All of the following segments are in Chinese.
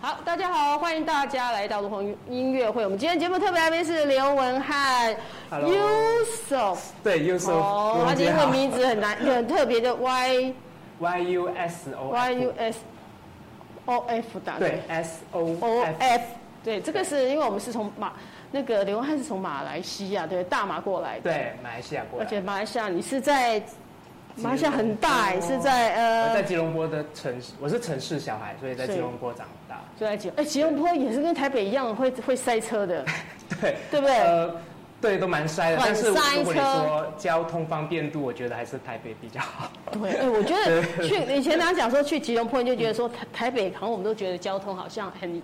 好，大家好，欢迎大家来到卢红音乐会。我们今天节目特别来宾是刘文汉 Hello Yusuf，对，Yusuf，哦，他的英文名字很难，很特别 的 Y Y U S O Y U S O F 打对 S O O F， F，对，这个是因为我们是从马那个刘文汉是从马来西亚对大马过来的，对，马来西亚过而来。且马来西亚你是在马来西亚很大哎，哦是在我呃在吉隆坡的城市，我是城市小孩，所以在是吉隆坡长大。就在吉哎吉隆坡也是跟台北一样会会塞车的，对，对不对 呃，对，都蛮塞的。很但是如塞果你车说交通方便度，我觉得还是台北比较好。对，哎、我觉得去以前大家讲说去吉隆坡，你就觉得说台台北好像我们都觉得交通好像很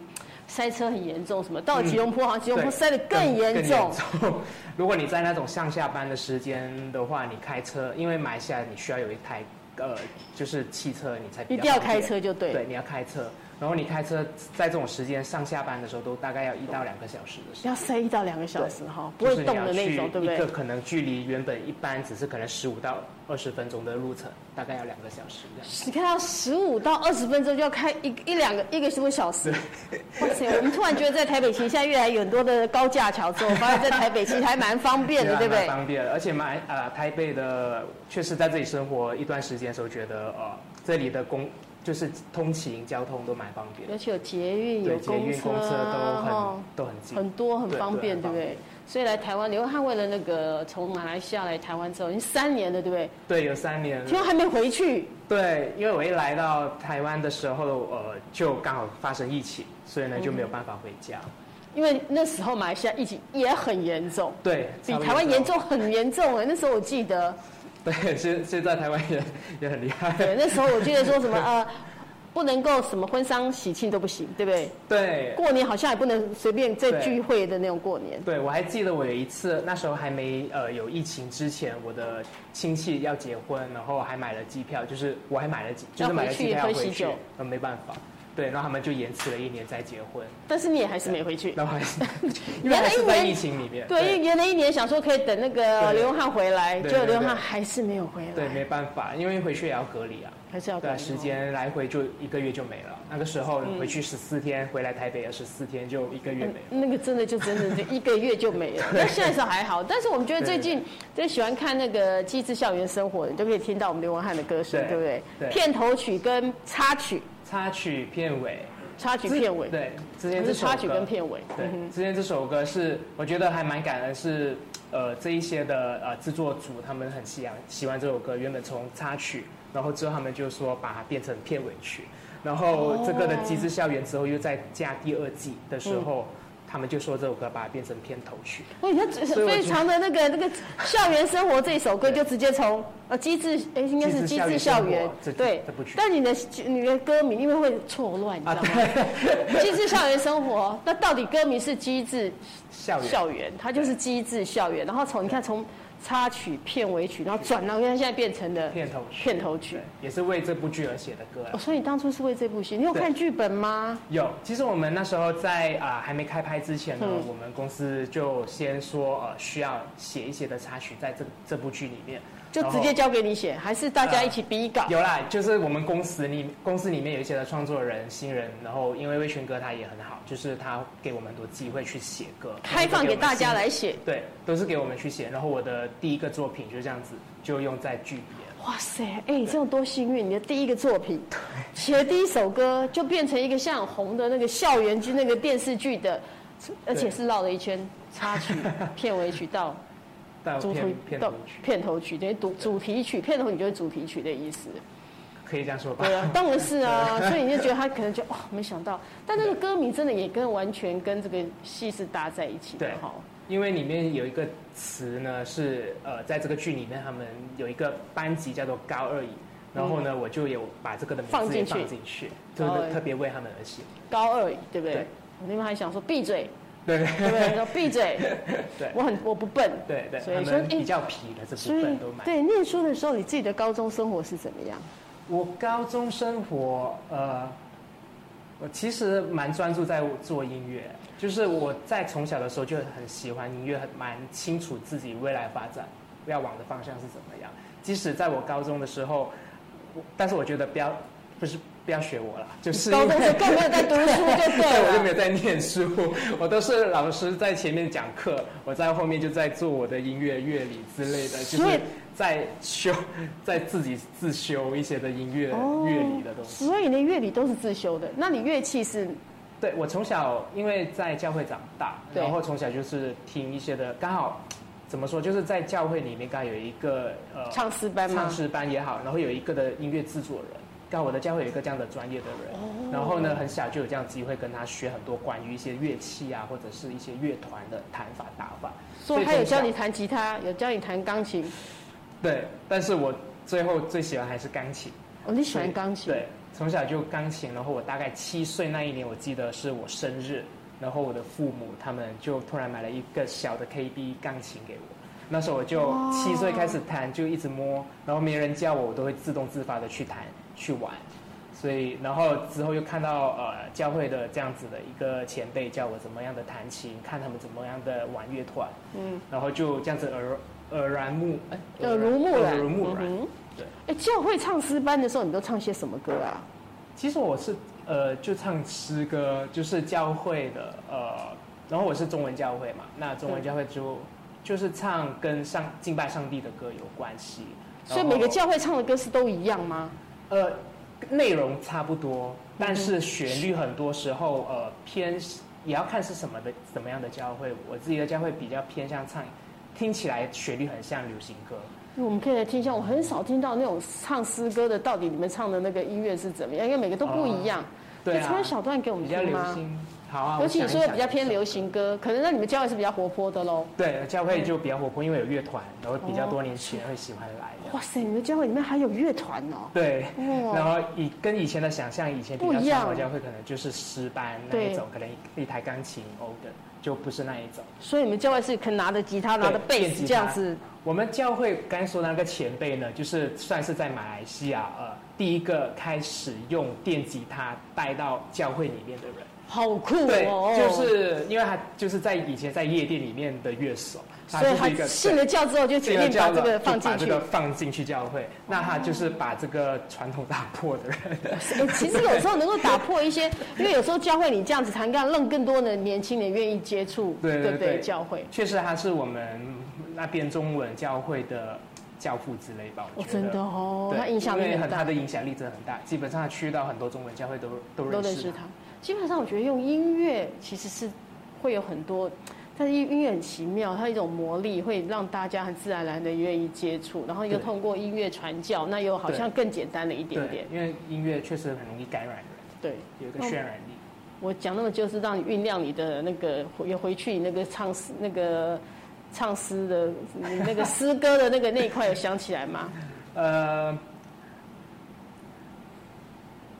塞车很严重，什么到了吉隆坡好像吉隆坡嗯对塞得更严重。。更严 如果你在那种上下班的时间的话，你开车，因为马来西亚你需要有一台呃，就是汽车，你才比较一定要方便开车就对对，你要开车，然后你开车在这种时间上下班的时候，都大概要一到两个小时的时间。要塞一到两个小时哈，不就会是你动要的那种，去对不一对个？可能距离原本一般只是可能十五到二十分钟的路程，大概要两个小时这样。你看到十五到二十分钟就要开一一两个一个多小时，哇塞！我们突然觉得在台北其实现在越来越多的高架桥之后，发现在台北其实还蛮方便 的，对不啊还蛮对？方便的，而且蛮呃台北的，确实在这里生活一段时间的时候，觉得呃这里的公就是通勤交通都蛮方便的，尤其有捷运、有哦对捷运、公车都很、哈都很近，很多很对方对便，很对不方对？所以来台湾，刘汉为了那个从马来西亚来台湾之后，已经三年了，对不对？对，有三年了听说还没回去，对，因为我一来到台湾的时候，呃，就刚好发生疫情，所以呢就没有办法回家。因为那时候马来西亚疫情也很严重，对，比差不多台湾是严。重很严重哎。那时候我记得， 对，现现在台湾也也很厉害。对，那时候我记得说什么呃，不能够什么婚丧喜庆都不行，对不对？对，过年好像也不能随便在对聚会的那种过年。对，我还记得我有一次，那时候还没呃有疫情之前，我的亲戚要结婚，然后还买了机票，就是我还买了机，就要是回买了去机票喝要喜回去酒，呃没办法，对，然后他们就延迟了一年再结 婚，但是你也还是没回去。然后还是因为原来还一是在年疫情里面，对，因为原来一年想说可以等那个对刘汉回来，对结果对对刘汉还是没有回对，来，没办法，因为回去也要隔离啊，还是要对啊，等时间来回就一个月就没了，那个时候嗯回去十四天，回来台北二十四天，就一个月没了。嗯那个真的就真的就一个月就没 了。那现在是还好，但是我们觉得最近最喜欢看那个《机智校园生活》，你就可以听到我们刘文翰的歌声，对对不对？对片头曲跟插曲，插曲片尾，插曲嗯片尾，对，之前还这是首插曲歌跟片尾。嗯对，之前这首歌是我觉得还蛮感恩是，呃，这一些的呃制作组他们很喜欢喜欢这首歌，原本从插曲，然后之后他们就说把它变成片尾曲，然哦后这个的《机智校园》之后又再加第二季的时候，嗯他们就说这首歌把它变成片头曲。我以前以我非常的那个那个校园生活这一首歌，就直接从呃机智哎，应该是机机智智校校园园生活这对这部曲，但你的你的歌名因为会错乱，你啊知道吗？机智校园生活，那到底歌名是机智 校园，校园，它就是机智校园。然后从你看从插曲、片尾曲，然后转到现在现在变成了片头曲片头曲对。，也是为这部剧而写的歌啊。哦，所以你当初是为这部戏，你有对看剧本吗？有，其实我们那时候在啊、还没开拍之前呢，嗯我们公司就先说呃需要写一些的插曲在这这部剧里面，就然直后接交给你写，还是大家一起比稿？有啦，就是我们公司里公司里面有一些的创作人新人，然后因为魏全哥他也很好，就是他给我们很多机会去写歌，开放给大家来写。对，都是给我们去写。然后我的第一个作品就这样子就用在剧里面，哇塞，哎、你这种多幸运！你的第一个作品，写的第一首歌就变成一个像红的那个校园剧那个电视剧的，而且是绕了一圈插 曲、片尾曲到到主片题片到头曲，片头曲，等于主主题曲，片头你就是主题曲的意思。可以这样说吧对？啊，当然是啊， 所以你就觉得他可能就哇、没想到，但那个歌名真的也跟完全跟这个戏是搭在一起的对哈。因为里面有一个词呢是呃，在这个剧里面他们有一个班级叫做高二乙，然后呢、我就有把这个的名放字也进去放进去，高就二是特别为他们而写。高二，对不对对？你们还想说闭 嘴，对对不对？说闭嘴， 对我很我不笨，对对，所以他说们哎比较皮的这所部以分都蛮。对念书的时候，你自己的高中生活是怎么样？我高中生活，呃，我其实蛮专注在做音乐，就是我在从小的时候就很喜欢音乐，很蛮清楚自己未来发展要往的方向是怎么样。即使在我高中的时候，我但是我觉得不要，不是不要学我了，就是高因中为生更没有在读书，就 对啊我就没了。有在念书，我都是老师在前面讲课，我在后面就在做我的音乐乐理之类的，就所以是在修， 在自己自修一些的音乐、哦乐理的东西。所以你的乐理都是自修的，那你乐器是对我从小因为在教会长大，对然后从小就是听一些的，刚好怎么说，就是在教会里面刚好有一个呃唱诗班吗唱？诗班也好，然后有一个的音乐制作人，刚好我的教会有一个这样的专业的人，然后呢，很小就有这样机会跟他学很多关于一些乐器啊，或者是一些乐团的弹法打法。所以他有从小教你弹吉他，有教你弹钢琴。对，但是我最后最喜欢还是钢琴。哦，你喜欢钢琴？对，从小就钢琴，然后我大概七岁那一年，我记得是我生日，然后我的父母他们就突然买了一个小的 KB 钢琴给我。那时候我就哇七岁开始弹，就一直摸，然后没人教我，我都会自动自发的去弹去玩。所以，然后之后又看到呃教会的这样子的一个前辈教我怎么样的弹琴，看他们怎么样的玩乐团，嗯，然后就这样子耳耳然目哎耳濡目染。耳濡目染。嗯哼对。哎，教会唱诗班的时候，你都唱些什么歌啊？其实我是呃，就唱诗歌，就是教会的呃，然后我是中文教会嘛，那中文教会就就是唱跟上敬拜上帝的歌有关系，所以每个然后教会唱的歌是都一样吗？呃内容差不多，但是旋律很多时候呃偏也要看是什么的怎么样的教会，我自己的教会比较偏向唱，听起来旋律很像流行歌，因为我们可以来听一下，我很少听到那种唱诗歌的，到底你们唱的那个音乐是怎么样？因为每个都不一样。对可以啊唱一，小段给我们比较听流吗？行，好啊，尤其我你想说一的想比较偏是流行歌，可能那你们教会是比较活泼的喽。对，教嗯会就比较活泼，因为有乐团，然后比较多年轻人会喜欢来的。哇塞，你们教会里面还有乐团哦！对，哇然后以跟以前的想象，以前比不较一传样统教会可能就是诗班那对一种，可能一一台钢琴、organ，就哦不是那一种。所以你们教会是可能拿着吉他、拿着贝对电吉斯他这样子。我们教会刚说的那个前辈呢，就是算是在马来西亚呃第一个开始用电吉他带到教会里面的人。好酷对，哦！就是因为他就是在以前在夜店里面的乐手，他所以啊就是一他个信了教之后就决个定把教这个放把进啊这去个。放进去教会，那他就是把这个传统打破的人。 哎，其实有时候能够打破一些，因为有时候教会你这样子弹杠，让更多的年轻人愿意接触，对对不对？对教会。哦确实，他是我们那边中文教会的教父之类吧，我哦，觉得。真的哦，对他影响因力为很很大他。的影响力真的很大，基本上他去到很多中文教会都都都认认识识他他。。基本上，我觉得用音乐其实是会有很多，但是音乐很奇妙，它有一种魔力会让大家很自然而然的愿意接触，然后又对通过音乐传教，那又好像更简单了一点点哦对。，因为音乐确实很容易感染人，对，有一个那我渲染力。我讲那么就是让你酝酿你的那个回回去你那个唱诗那个唱诗的你那个诗歌的那个那一块有想起来吗？ 呃，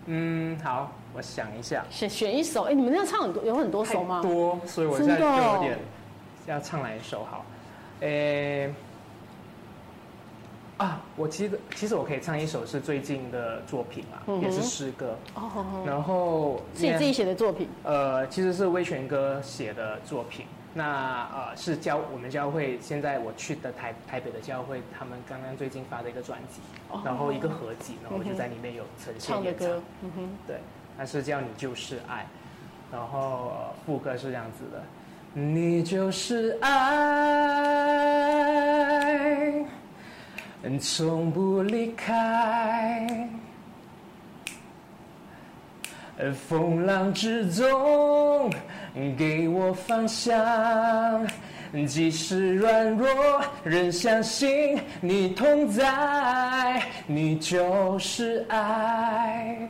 嗯，好，我想一下，选选一首，哎，你们那唱很多有很多首吗太？多，所以我真现的在就哦有点要唱哪一首好？诶、啊，我记得其实我可以唱一首是最近的作品啦，嗯哼也是诗歌。哦哦，哦然后是你自己写的作品。呃，其实是威权哥写的作品。那呃是教我们教会现在我去的台台北的教会，他们刚刚最近发的一个专辑，哦然后一个合集，然后我嗯就哼在里面有呈现唱的演唱歌，嗯哼，对，它是叫你就是爱，然后呃副歌是这样子的，你就是爱，从不离开，风浪之中给我方向。即使软弱，仍相信你同在，你就是爱。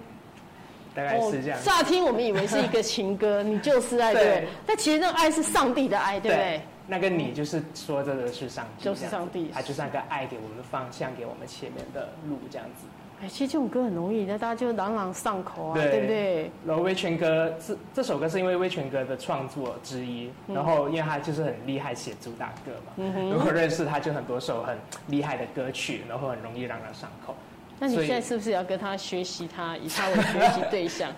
大概是这样。哦乍听我们以为是一个情歌，你就是爱，对不对对？但其实那个爱是上帝的爱，对不对？那个你就是说真的是上帝，就是上帝这样子他就是那个爱给我们的方向，给我们前面的路这样子。哎，其实这种歌很容易，那大家就朗朗上口啊，对对不对？然后威权哥这这首歌是因为威权哥的创作之一，嗯然后因为他就是很厉害写主打歌嘛，如果认识他就很多首很厉害的歌曲，然后很容易让人上口。那你所以现在是不是也要跟他学习他，以他为学习对 象？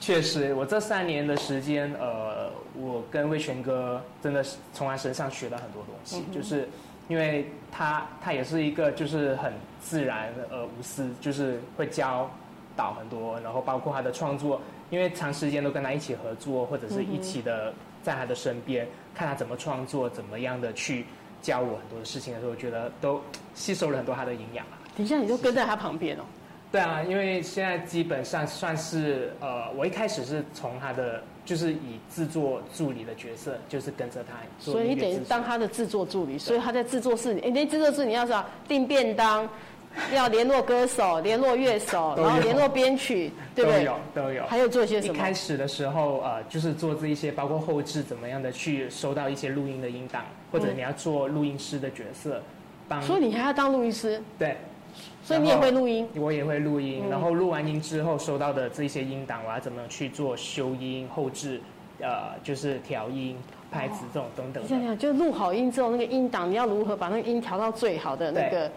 确实，我这三年的时间，呃，我跟魏全哥真的是从他身上学到很多东西，就是因为他他也是一个就是很自然呃无私，就是会教导很多，然后包括他的创作，因为长时间都跟他一起合作，或者是一起的在他的身边，看他怎么创作，怎么样的去教我很多的事情的时候，我觉得都吸收了很多他的营养啊。等一下，你就跟在他旁边哦。对啊，因为现在基本上算是呃，我一开始是从他的就是以制作助理的角色，就是跟着他做所以音你乐等于制作当他的制作助理，所以他在制作室里，哎，那制作室你要啥？订便当，要联络歌 手、联络乐手，都有然后联络编曲，对不都对？有都有。还有做些一什么开？始的时候，呃，就是做这一些，包括后置怎么样的去收到一些录音的音档，或者嗯你要做录音师的角色，帮所以你还要当录音师，对，所以你也会录音。我也会录音，嗯然后录完音之后收到的这些音档，我要怎么去做修音、后置，呃，就是调音、拍子这种等等你的想。想，就录好音之后，那个音档你要如何把那个音调到最好的那个？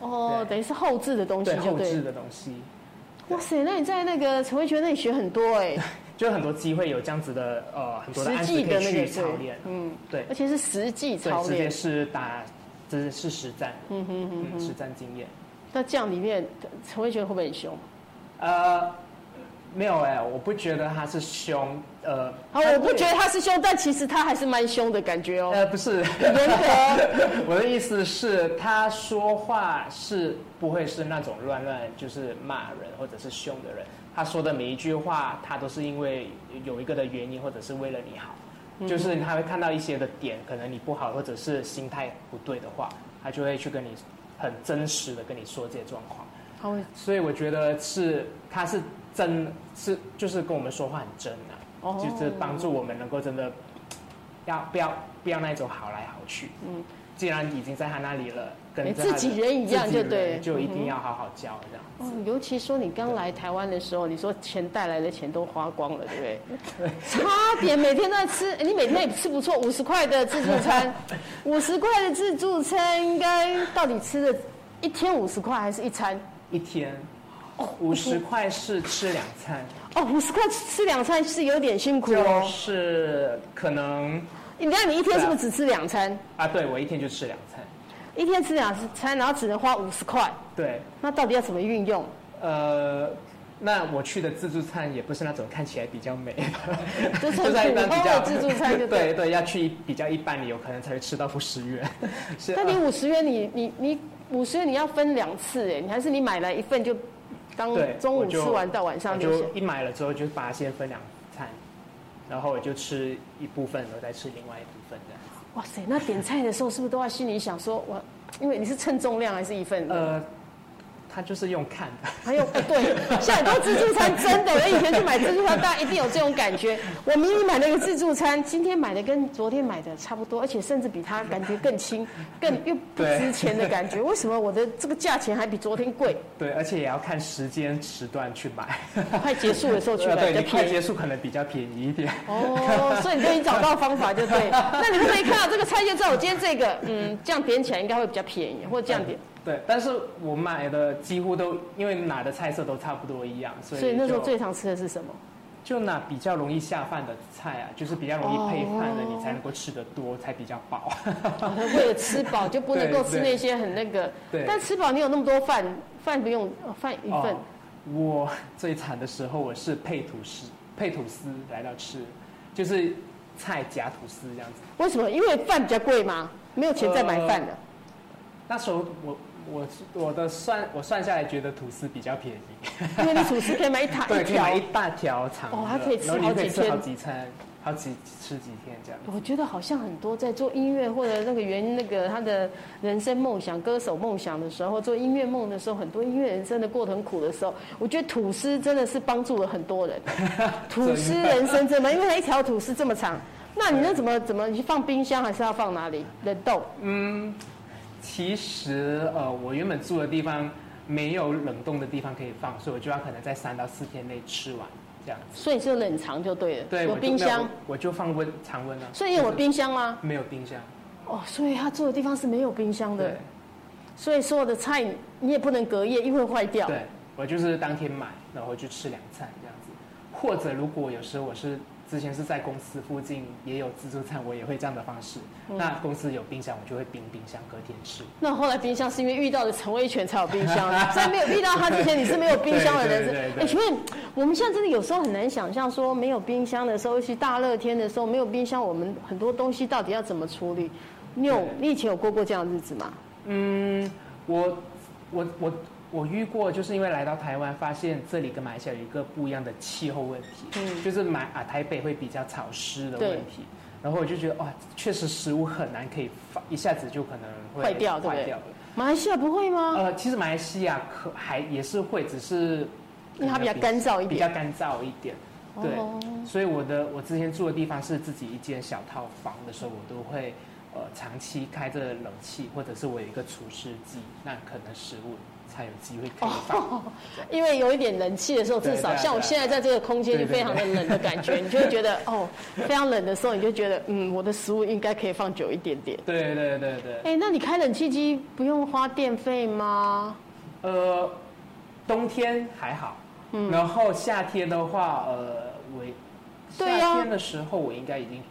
哦，对等于是后置的东西对就后对置了。的东西，哇塞，那你在那个陈慧娟那里学很多 哎，就很多机会有这样子的呃很多的实案子际可的以那去个操对练，嗯，对而且是实际对，操直接练。是打，这是实战，嗯哼哼嗯，哼。实战经验。那这样里面，陈慧娟会不会很凶？呃，没有哎、我不觉得他是凶，呃，好，他哦我不觉得他是凶，但其实他还是蛮凶的感觉哦，呃，不是，严格。我的意思是，他说话是不会是那种乱乱，就是骂人或者是凶的人。他说的每一句话，他都是因为有一个的原因，或者是为了你好。就是他会看到一些的点，可能你不好，或者是心态不对的话，他就会去跟你很真实的跟你说这些状况。 他会所以我觉得是他是真是就是跟我们说话很真啊，哦就是帮助我们能够真的要不要不要那种好来好去。嗯，既然已经在他那里了，跟哎着他的自己人一样自己人就对就一定要好好教这哦，样。尤其说你刚来台湾的时候，你说钱带来的钱都花光了，对不对？ 差点每天都在吃，哎你每天也吃不错，五十块的自助 餐，五十块的自助餐应该到底吃的一天五十块还是一餐？一天五十块是吃两餐，哦，五十块吃两餐是有点辛苦就哦。是可能你看你一天是不是只吃两餐？啊，对我一天就吃两餐，一天吃两餐，然后只能花五十块，对，那到底要怎么运 用？呃。那我去的自助餐也不是那种看起来比较美的，就是就很在一普般通比较的自助餐就啊对 对了。对，要去比较一般的，有可能才会吃到五十元。 是那你五十元你，你你五十元你要分两次哎，你还是你买来一份就当对中午我吃就完到晚我上就就行。一买了之后就把它先分两餐，然后我就吃一部分，然后再吃另外一部分这样。哇塞，那点菜的时候是不是都在心里想说，我因为你是称重量还是一份的？呃，他就是用看的， 还有哎对，像很多自助餐真的，我以前去买自助餐，大家一定有这种感觉。我明明买了一个自助餐，今天买的跟昨天买的差不多，而且甚至比它感觉更轻，更又不对值钱的感觉。为什么我的这个价钱还比昨天贵？对，而且也要看时间时段去买。快结束的时候去呃买对比较你快便宜。结束可能比较便宜一点。哦，所以你就已经找到方法就 对。那你就可以看到这个菜就知道我今天这个，嗯，这样点起来应该会比较便宜，或者这样点。 对，但是我买的几乎都因为拿的菜色都差不多一样，所以所以那时候就最常吃的是什么？就拿比较容易下饭的菜啊，就是比较容易配饭的，哦你才能够吃得多，才比较饱。 啊为了吃饱就不能够吃那些很那个。对但吃饱你有那么多饭，饭不用哦饭一份哦。我最惨的时候，我是配吐司，配吐司来到吃，就是菜夹吐司这样子。为什么？因为饭比较贵嘛，没有钱再买饭了。那时候我我我的算我算下来觉得吐司比较便宜，因为你吐司可以买一塔一呃 对，可以条买。一大条长的，哦还可以吃然后你可以好几吃天哦好几餐，好几吃几天这样。我觉得好像很多在做音乐或者那个原那个他的人生梦想、歌手梦想的时候，做音乐梦的时候，很多音乐人真的过得很苦的时候，我觉得吐司真的是帮助了很多 人。吐司人生真的，因为它一条吐司这么长，那你那怎么怎么你放冰箱还是要放哪里冷冻？嗯其实呃，我原本住的地方没有冷冻的地方可以放，所以我就要可能在三到四天内吃完这样子。所以就冷藏就对了。对，有我就冰没有箱，，我就放温常温啊。所以有就是冰箱吗？没有冰箱，哦，所以他住的地方是没有冰箱的对，。所以所有的菜你也不能隔夜，因为会坏掉。对，我就是当天买，然后就吃两餐这样子。或者如果有时候我是之前是在公司附近也有自助餐，我也会这样的方式。嗯那公司有冰箱，我就会冰冰箱隔天吃。那后来冰箱是因为遇到了陈威权才有冰箱， 在没有遇到他之前，你是没有冰箱的人对对对生。对哎，请问我们现在真的有时候很难想象，说没有冰箱的时候，尤其大热天的时候，没有冰箱，我们很多东西到底要怎么处理？你有对你以前有过过这样的日子吗？嗯，我我我我遇过，就是因为来到台湾，发现这里跟马来西亚有一个不一样的气候问题，嗯就是马啊台北会比较潮湿的对问题。然后我就觉得哇，确实食物很难可以放，一下子就可能会坏掉对不对坏掉了。马来西亚不会吗？呃，其实马来西亚可还也是会，只是因为它比较可能干燥一比点较。干燥一点。对，哦所以我的我之前住的地方是自己一间小套房的时候，我都会呃长期开着冷气，或者是我有一个除湿机，那可能食物才有机会可以放。哦因为有一点冷气的时候，对至少对啊像我对啊现在在这个空间就对对非常的冷的感觉，你就会觉得哦，非常冷的时候，你就 觉得嗯，我的食物应该可以放久一点点。对对对对，哎，那你开冷气机不用花电费吗？呃，冬天还好，嗯然后夏天的话，呃，我对呀夏天的时候我应该已经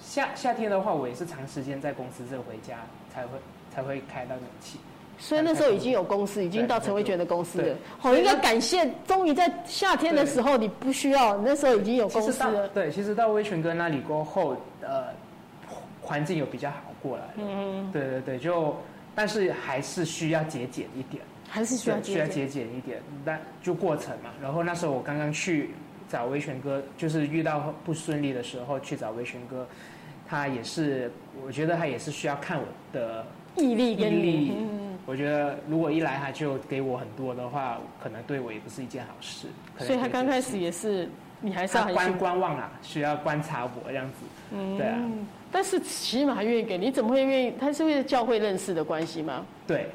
夏夏天的话，我也是长时间在公司这回家才会才会开到冷气。所以那时候已经有公司，已经到陈慧娟的公司对了对。好，应该感谢，终于在夏天的时候你不需要，那时候已经有其公实司到了。对，其实到威权哥那里过后，呃，环境有比较好过来了。嗯，对对对，就但是还是需要节俭一点，还是需要对节俭节俭一点，但就过程嘛。然后那时候我刚刚去找威权哥，就是遇到不顺利的时候去找威权哥，他也是，我觉得他也是需要看我的毅力毅跟力。嗯我觉得如果一来他就给我很多的话，可能对我也不是一件好事。可能所以他对刚自开己始也是，你还是要他很辛观苦。嗯观望啊，需要观察我这样子，对啊，但是起码还愿意给你，怎么会愿意？他是为了教会认识的关系吗？对，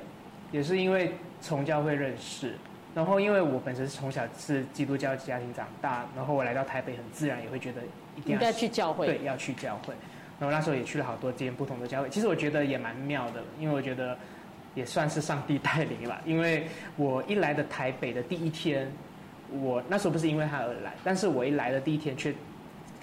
也是因为从教会认识，然后因为我本身是从小是基督教家庭长大，然后我来到台北，很自然也会觉得一定应要该去教会。对要去教会，然后那时候也去了好多间不同的教会，其实我觉得也蛮妙的，因为我觉得也算是上帝带领吧，因为我一来的台北的第一天，我那时候不是因为他而来，但是我一来的第一天却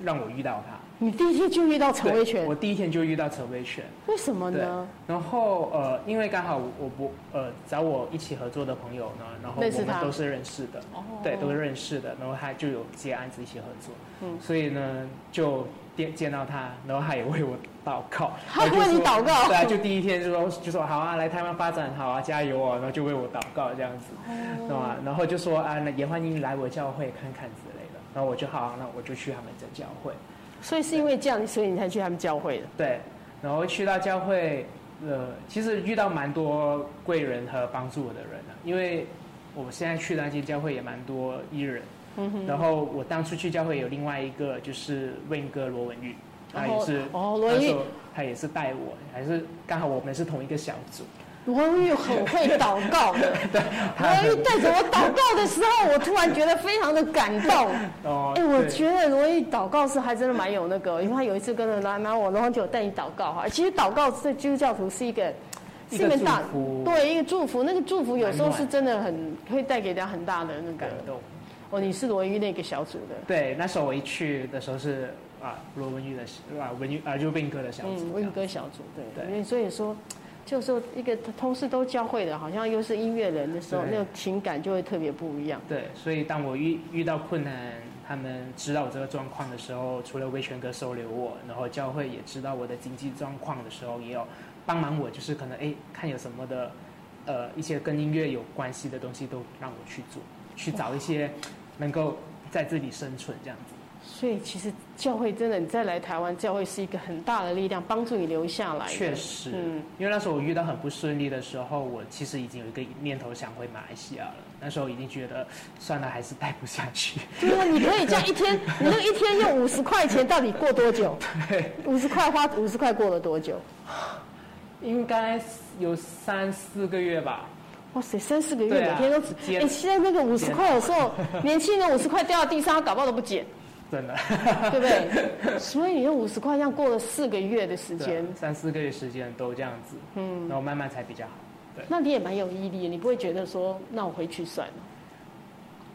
让我遇到他。你第一天就遇到陈对威权我，第一天就遇到陈威权，为什么对呢？，然后呃，因为刚好我我不呃找我一起合作的朋友呢，然后认识我他们都是认识的，哦对，都是认识的，然后他就有接案子一起合作，嗯，所以呢就见见到他，然后他也为我祷告，他然后就为你说祷告对啊，就第一天就说就说好啊，来台湾发展好啊，加油哦，然后就为我祷告这样子，哦懂吗？然后就说啊，那也欢迎你来我教会看看之类的，然后我就好啊、那我就去他们的教会，所以是因为这样，所以你才去他们教会的。对，然后去到教会，呃，其实遇到蛮多贵人和帮助我的人的、因为我现在去的那间教会也蛮多艺人，嗯然后我当初去教会有另外一个就是问哥罗文玉，他然后啊也是，哦罗文玉那时候他也是带我，还是刚好我们是同一个小组，罗文玉很会祷告 的，罗他文玉带着我祷告的时候，我突然觉得非常的感 动。哦，哎、我对觉得罗毅祷告是还真的蛮有那个，因为他有一次跟着来，然后我然后就有带你祷告哈。其实祷告对基督教徒是一个是一个大祝福对一个祝福，那个祝福有时候蛮暖是真的很会带给大家很大的那感个。动。哦，你是罗毅那个小组的，对，那时候我一去的时候是啊罗文玉的啊文玉啊就问哥的小组嗯，，这文样哥小组对，对因为所以说。就是说一个同事都教会的，好像又是音乐人的时候，对那种情感就会特别不一样。对，所以当我遇遇到困难，他们知道我这个状况的时候，除了威权哥收留我，然后教会也知道我的经济状况的时候，也有帮忙我，就是可能哎看有什么的，呃一些跟音乐有关系的东西都让我去做，去找一些能够在这里生存这样子。所以其实教会真的，你再来台湾，教会是一个很大的力量，帮助你留下来的。确实，嗯因为那时候我遇到很不顺利的时候，我其实已经有一个念头想回马来西亚了，那时候已经觉得算了，还是待不下去。对啊，你可以这样一天，你那一天用五十块钱，到底过多 久？五十块花五十块过了多久？应该有三四个月吧。哇塞，三四个月对啊每天都只捡哎、现在那个五十块有时 候年轻人五十块掉到地上，他搞不好都不捡，真的，对不对？所以你用五十块这样过了四个月的时间，啊三四个月时间都这样子，嗯，然后慢慢才比较好。那你也蛮有毅力的，你不会 觉得说那我回去算了。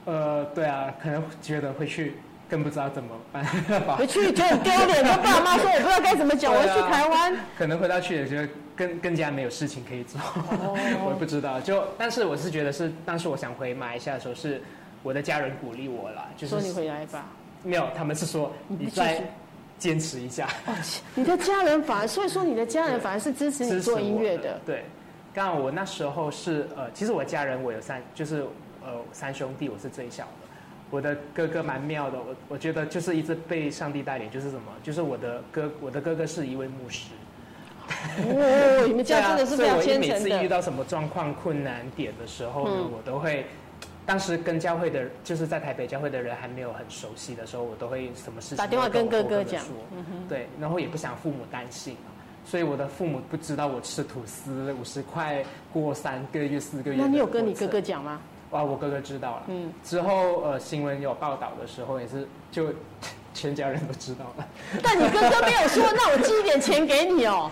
呃，对啊，可能觉得会去更不知道怎么办， 回去觉得很丢脸，跟爸妈说我不知道该怎么讲，我对啊要去台 湾。可能回到去也觉得更更加没有事情可以做，我也哦，不知道。就但是我是觉得是当时我想回马来西亚的时候，是我的家人鼓励我啦，就说你是回来吧。没有，他们是说你不你继续再坚持一下。你的家人反而，所以说你的家人反而是支持你做音乐的。对，刚好我那时候是呃，其实我家人我有三，就是呃三兄弟，我是最小的。我的哥哥蛮妙的，我我觉得就是一直被上帝带领，就是什么，就是我的哥，我的哥哥是一位牧师，啊哦，你们家真的是非对啊常所虔以我每诚次遇的。到什么状况、困难点的时候呢，嗯我都会。当时跟教会的，就是在台北教会的人还没有很熟悉的时候，我都会什么事情打电话都跟跟我哥哥哥讲嗯说对，然后也不想父母担心嘛，所以我的父母不知道我吃吐司五十块过三个月、四个月。那你有跟你哥哥？讲吗？哇，我哥哥知道了。嗯，之后呃，新闻有报道的时候，也是就 全家人都知道了。但你哥哥没有说，那我寄一点钱给你哦。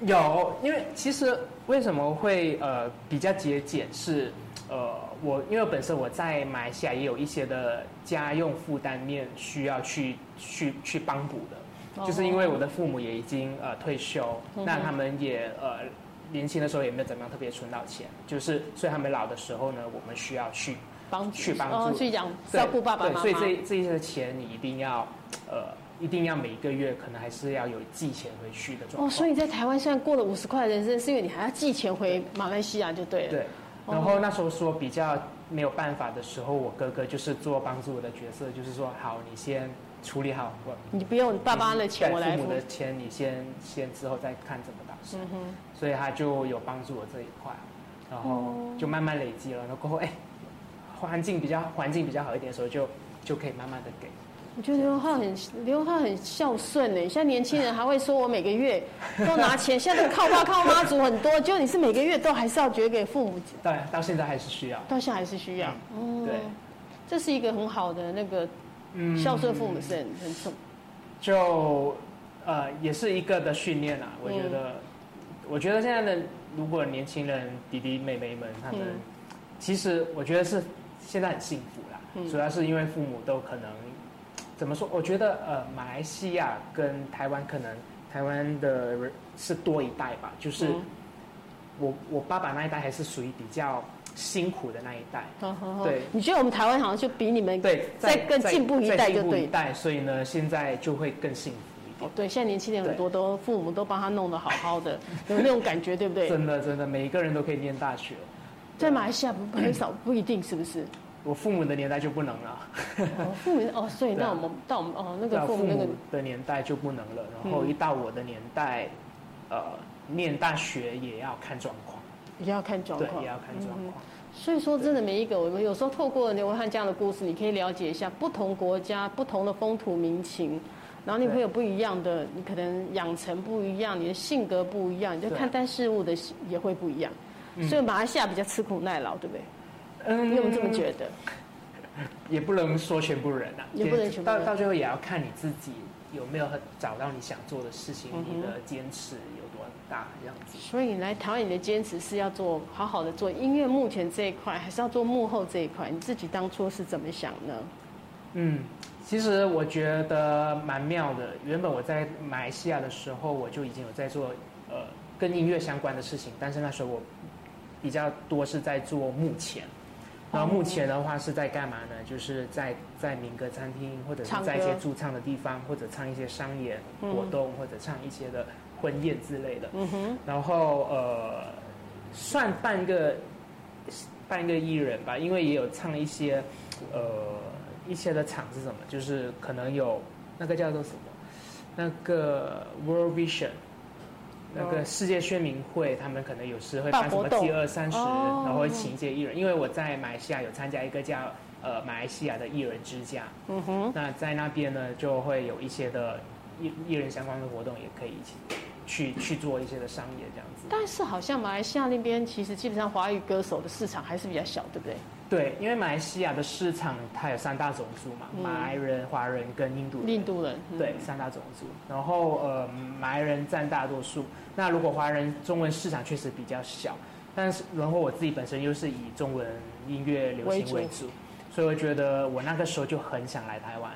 有，因为其实为什么会呃比较节俭是呃我因为本身我在马来西亚也有一些的家用负担面需要去去去帮补的， 哦就是因为我的父母也已经呃退休，那他们也呃年轻的时候也没有怎么样特别存到钱，就是所以他们老的时候呢，我们需要去帮助去帮助哦去讲对照顾爸爸妈妈。对，所以这这一些钱你一定要呃一定要每个月可能还是要有寄钱回去的状况。哦，所以你在台湾虽然过了五十块的人生，是因为你还要寄钱回马来西亚就对了。对，哦然后那时候说比较没有办法的时候，我哥哥就是做帮助我的角色，就是说好，你先处理好我你不用嗯爸妈的钱，对我来父付母。的钱，你先先之后再看怎么打嗯算。哼，所以他就有帮助我这一块，然后哦就慢慢累积了，然后过后哎，环境比较环境比较好一点的时候就。就可以慢慢的给，我觉得刘浩很刘浩很孝顺呢。现在年轻人还会说我每个月都拿钱，现在都靠爸靠妈族很多，就你是每个月都还是要捐给父母，当然到现在还是需要。到现在还是需要。嗯，对，这是一个很好的那个嗯孝顺父母是很很重。就呃也是一个的训练嗯啊，我觉得，我觉得现在的如果年轻人弟弟妹妹们他们，嗯其实我觉得是现在很幸福啦，嗯主要是因为父母都可能怎么说？我觉得呃马来西亚跟台湾可能台湾的人是多一代吧，就是嗯我、我爸爸那一代还是属于比较辛苦的那一代，好好好嗯对你觉得我们台湾好像就比你们对，再更进步一代再就进步对一了代，所以呢现在就会更幸福一点哦。，对，现在年轻人很多都父母都帮他弄得好好的，有那种感觉，对不对？ 真的真的，每一个人都可以念大学。在马来西亚不很少，不一定是不 是？我父母的年代就不能了，哦，父母哦，所以对那啊我们到我们哦那到个父父母那个母的年代就不能了，然后嗯一到我的年代，呃，念大学也要看状况，也要看状对，况也。要看状嗯况，所以说，真的每一个我们有时候透过刘文汉这样的故事，你可以了解一下不同国家不同的风土民情，然后你对会有不一样的，你可能养成不一样，你的性格不一样，你就对看待事物的也会不一样。嗯所以马来西亚比较吃苦耐劳，对不对？嗯你有没有这么觉得？也不能说全部人啊，也不能全部人到到最后也要看你自己有没有很找到你想做的事情，嗯哼你的坚持有多大这样子。所以你来台湾，你的坚持是要做好好的做音乐幕前这一块，还是要做幕后这一块？你自己当初是怎么想呢？嗯，其实我觉得蛮妙的。原本我在马来西亚的时候，我就已经有在做呃跟音乐相关的事情，但是那时候我比较多是在做幕前。然后目前的话是在干嘛呢？就是在在民歌餐厅，或者是唱歌在一些驻唱的地方，或者唱一些商演嗯活动，或者唱一些的婚宴之类的。嗯哼，然后呃，算半个呃半个艺人吧，因为也有唱一些呃一些的场是什么，就是可能有那个叫做什么，那个 World Vision。那个世界宣明会，他们可能有时会办办什么哦活动 T 二三十，哦然后会请一些艺人。因为我在马来西亚有参加一个叫呃马来西亚的艺人之家，嗯哼，那在那边呢，就会有一些的艺艺人相关的活动，也可以一起去去做一些的商业这样子。但是好像马来西亚那边其实基本上华语歌手的市场还是比较小，对不对？对，因为马来西亚的市场它有三大种族嘛，嗯马来人、华人跟印度人。印度人，嗯对，三大种族，然后呃，马来人占大多数。那如果华人中文市场确实比较小，但是然后我自己本身又是以中文音乐流行为为主，所以我觉得我那个时候就很想来台湾，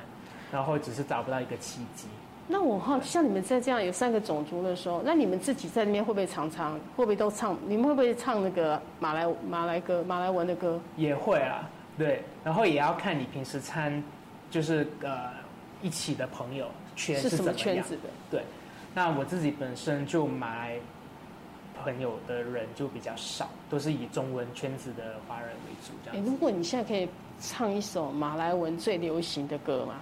然后只是找不到一个契机。那我好奇，像你们在这样有三个种族的时候，那你们自己在那边会不会常常会不会都唱？你们会不会唱那个马来马来歌、马来文的歌？也会啊，对，然后也要看你平时参，就是呃一起的朋友圈是怎什么么样。圈子的？对，那我自己本身就马来朋友的人就比较少，都是以中文圈子的华人为主这哎、样子。如果你现在可以唱一首马来文最流行的歌嘛，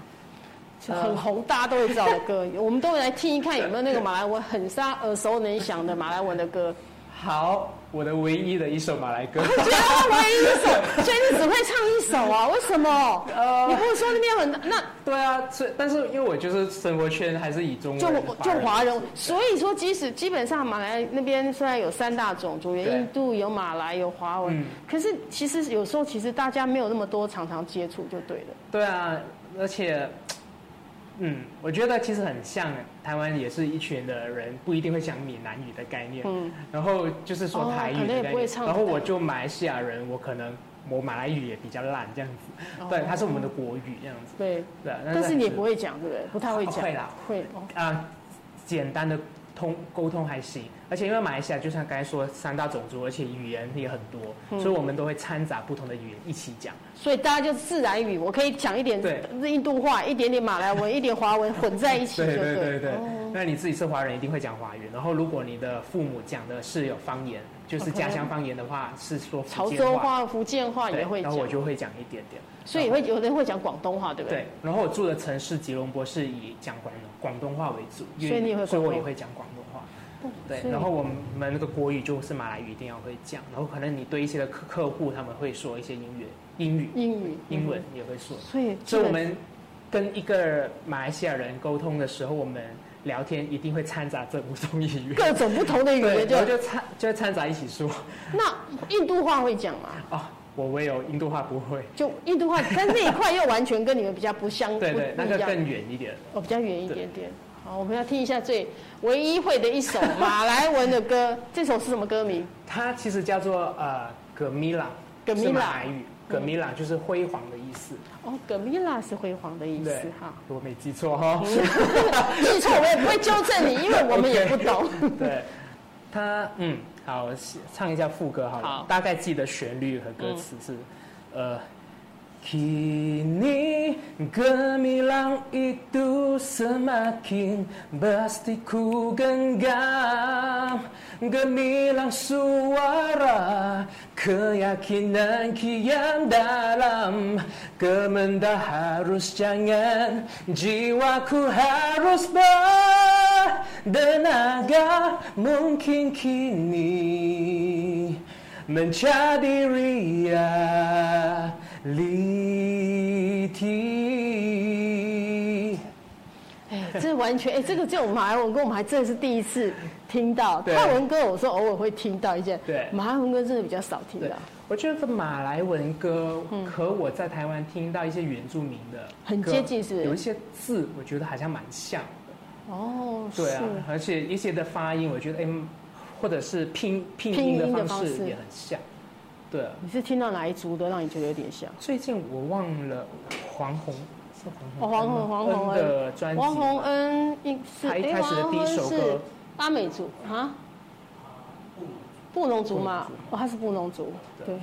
就很红，大家都会知道的歌，我们都来听一看有没有那个马来文很大家耳熟能详的马来文的歌。好，我的唯一的一首马 来歌，我觉得唯一一首，所以你只会唱一首啊？为什么？ 呃你不是说那边很那对啊，是，但是因为我就是生活圈还是以中文就就人华人，所以说即使基本上马来那边虽然有三大种族，有对印度、有马来、有华文嗯，可是其实有时候其实大家没有那么多常常接触就对了。对啊，而且，嗯，我觉得其实很像台湾，也是一群的人不一定会讲闽南语的概念，嗯，然后就是说哦台可语能的也概不会念，唱然后台我语就马来西亚人，我可能我马来语也比较烂这样子，对，它是我们的国语这样子，对，对啊，哦但是你也不会会讲，对不对？不太会讲。会啦，会哦，啊，简单的通沟通还行，而且因为马来西亚就像刚才说三大种族，而且语言也很多，嗯所以我们都会掺杂不同的语言一起讲。所以大家就自然语，我可以讲一点对印度话，一点点马来文，一点华文混在一起，对就对对对对哦，那你自己是华人，一定会讲华语。然后如果你的父母讲的是有方言，就是家乡方言的话，是说哦潮福建州话、福建话对也会然讲后，我就会讲一点点。所以也会有人会讲广东话，对不对？对，然后我住的城市吉隆坡是以讲广广东话为主，所以你也会所以广东我也会讲广东话。对所，以然后我们那个国语就是马来语一定要会讲，然后可能你对一些的客客户他们会说一些英语、英语、英语、英文，也会说。所以所以我基本们跟一个马来西亚人沟通的时候，我们聊天一定会掺杂这五种语言，各种不同的语对，言就然后就掺就会掺杂一起说。那印度话会讲吗？哦，我唯有印度话不会，就印度话，但那一块又完全跟你们比较不相对不对，不那一个样更远一点。哦，比较远一点点。好，我们要听一下最唯一会的一首马来文的歌，这首是什么歌名？它其实叫做呃葛米拉，葛米拉是马来语，嗯葛米拉就是辉煌的意思。哦，葛米拉是辉煌的意思对哈。，嗯我没记错哦哈、记错我也不会纠正你，因为我们也不懂。 对，它嗯，好，我唱一下副歌好了，好嗯大概记得旋律和歌词是，呃。Kini gemilang itu semakin pasti ku genggam Gemilang suara keyakinan kian dalam Kemenda harus jangan jiwaku harus berdenaga Mungkin kini menjadi reality。哎这完全哎，这个这种马来文歌我们还真的是第一次听到。对泰文歌我说偶尔会听到一些，对马来文歌真的比较少听对到，，我觉得马来文歌和我在台湾听到一些原住民的歌嗯很接近是不是有一些字我觉得好像蛮像的。哦，对啊是，而且一些的发音，我觉得哎，或者是拼拼拼音音的的方方式式也很像。对啊，你是听到哪一族的，让你觉得有点像？最近我忘了黄宏是哦，黄宏黄宏黄宏恩恩的专辑吗，王洪恩应是他一诶开始的王第一洪恩首是歌阿美族啊，布农族嘛布农，哦，他是布农族，对对，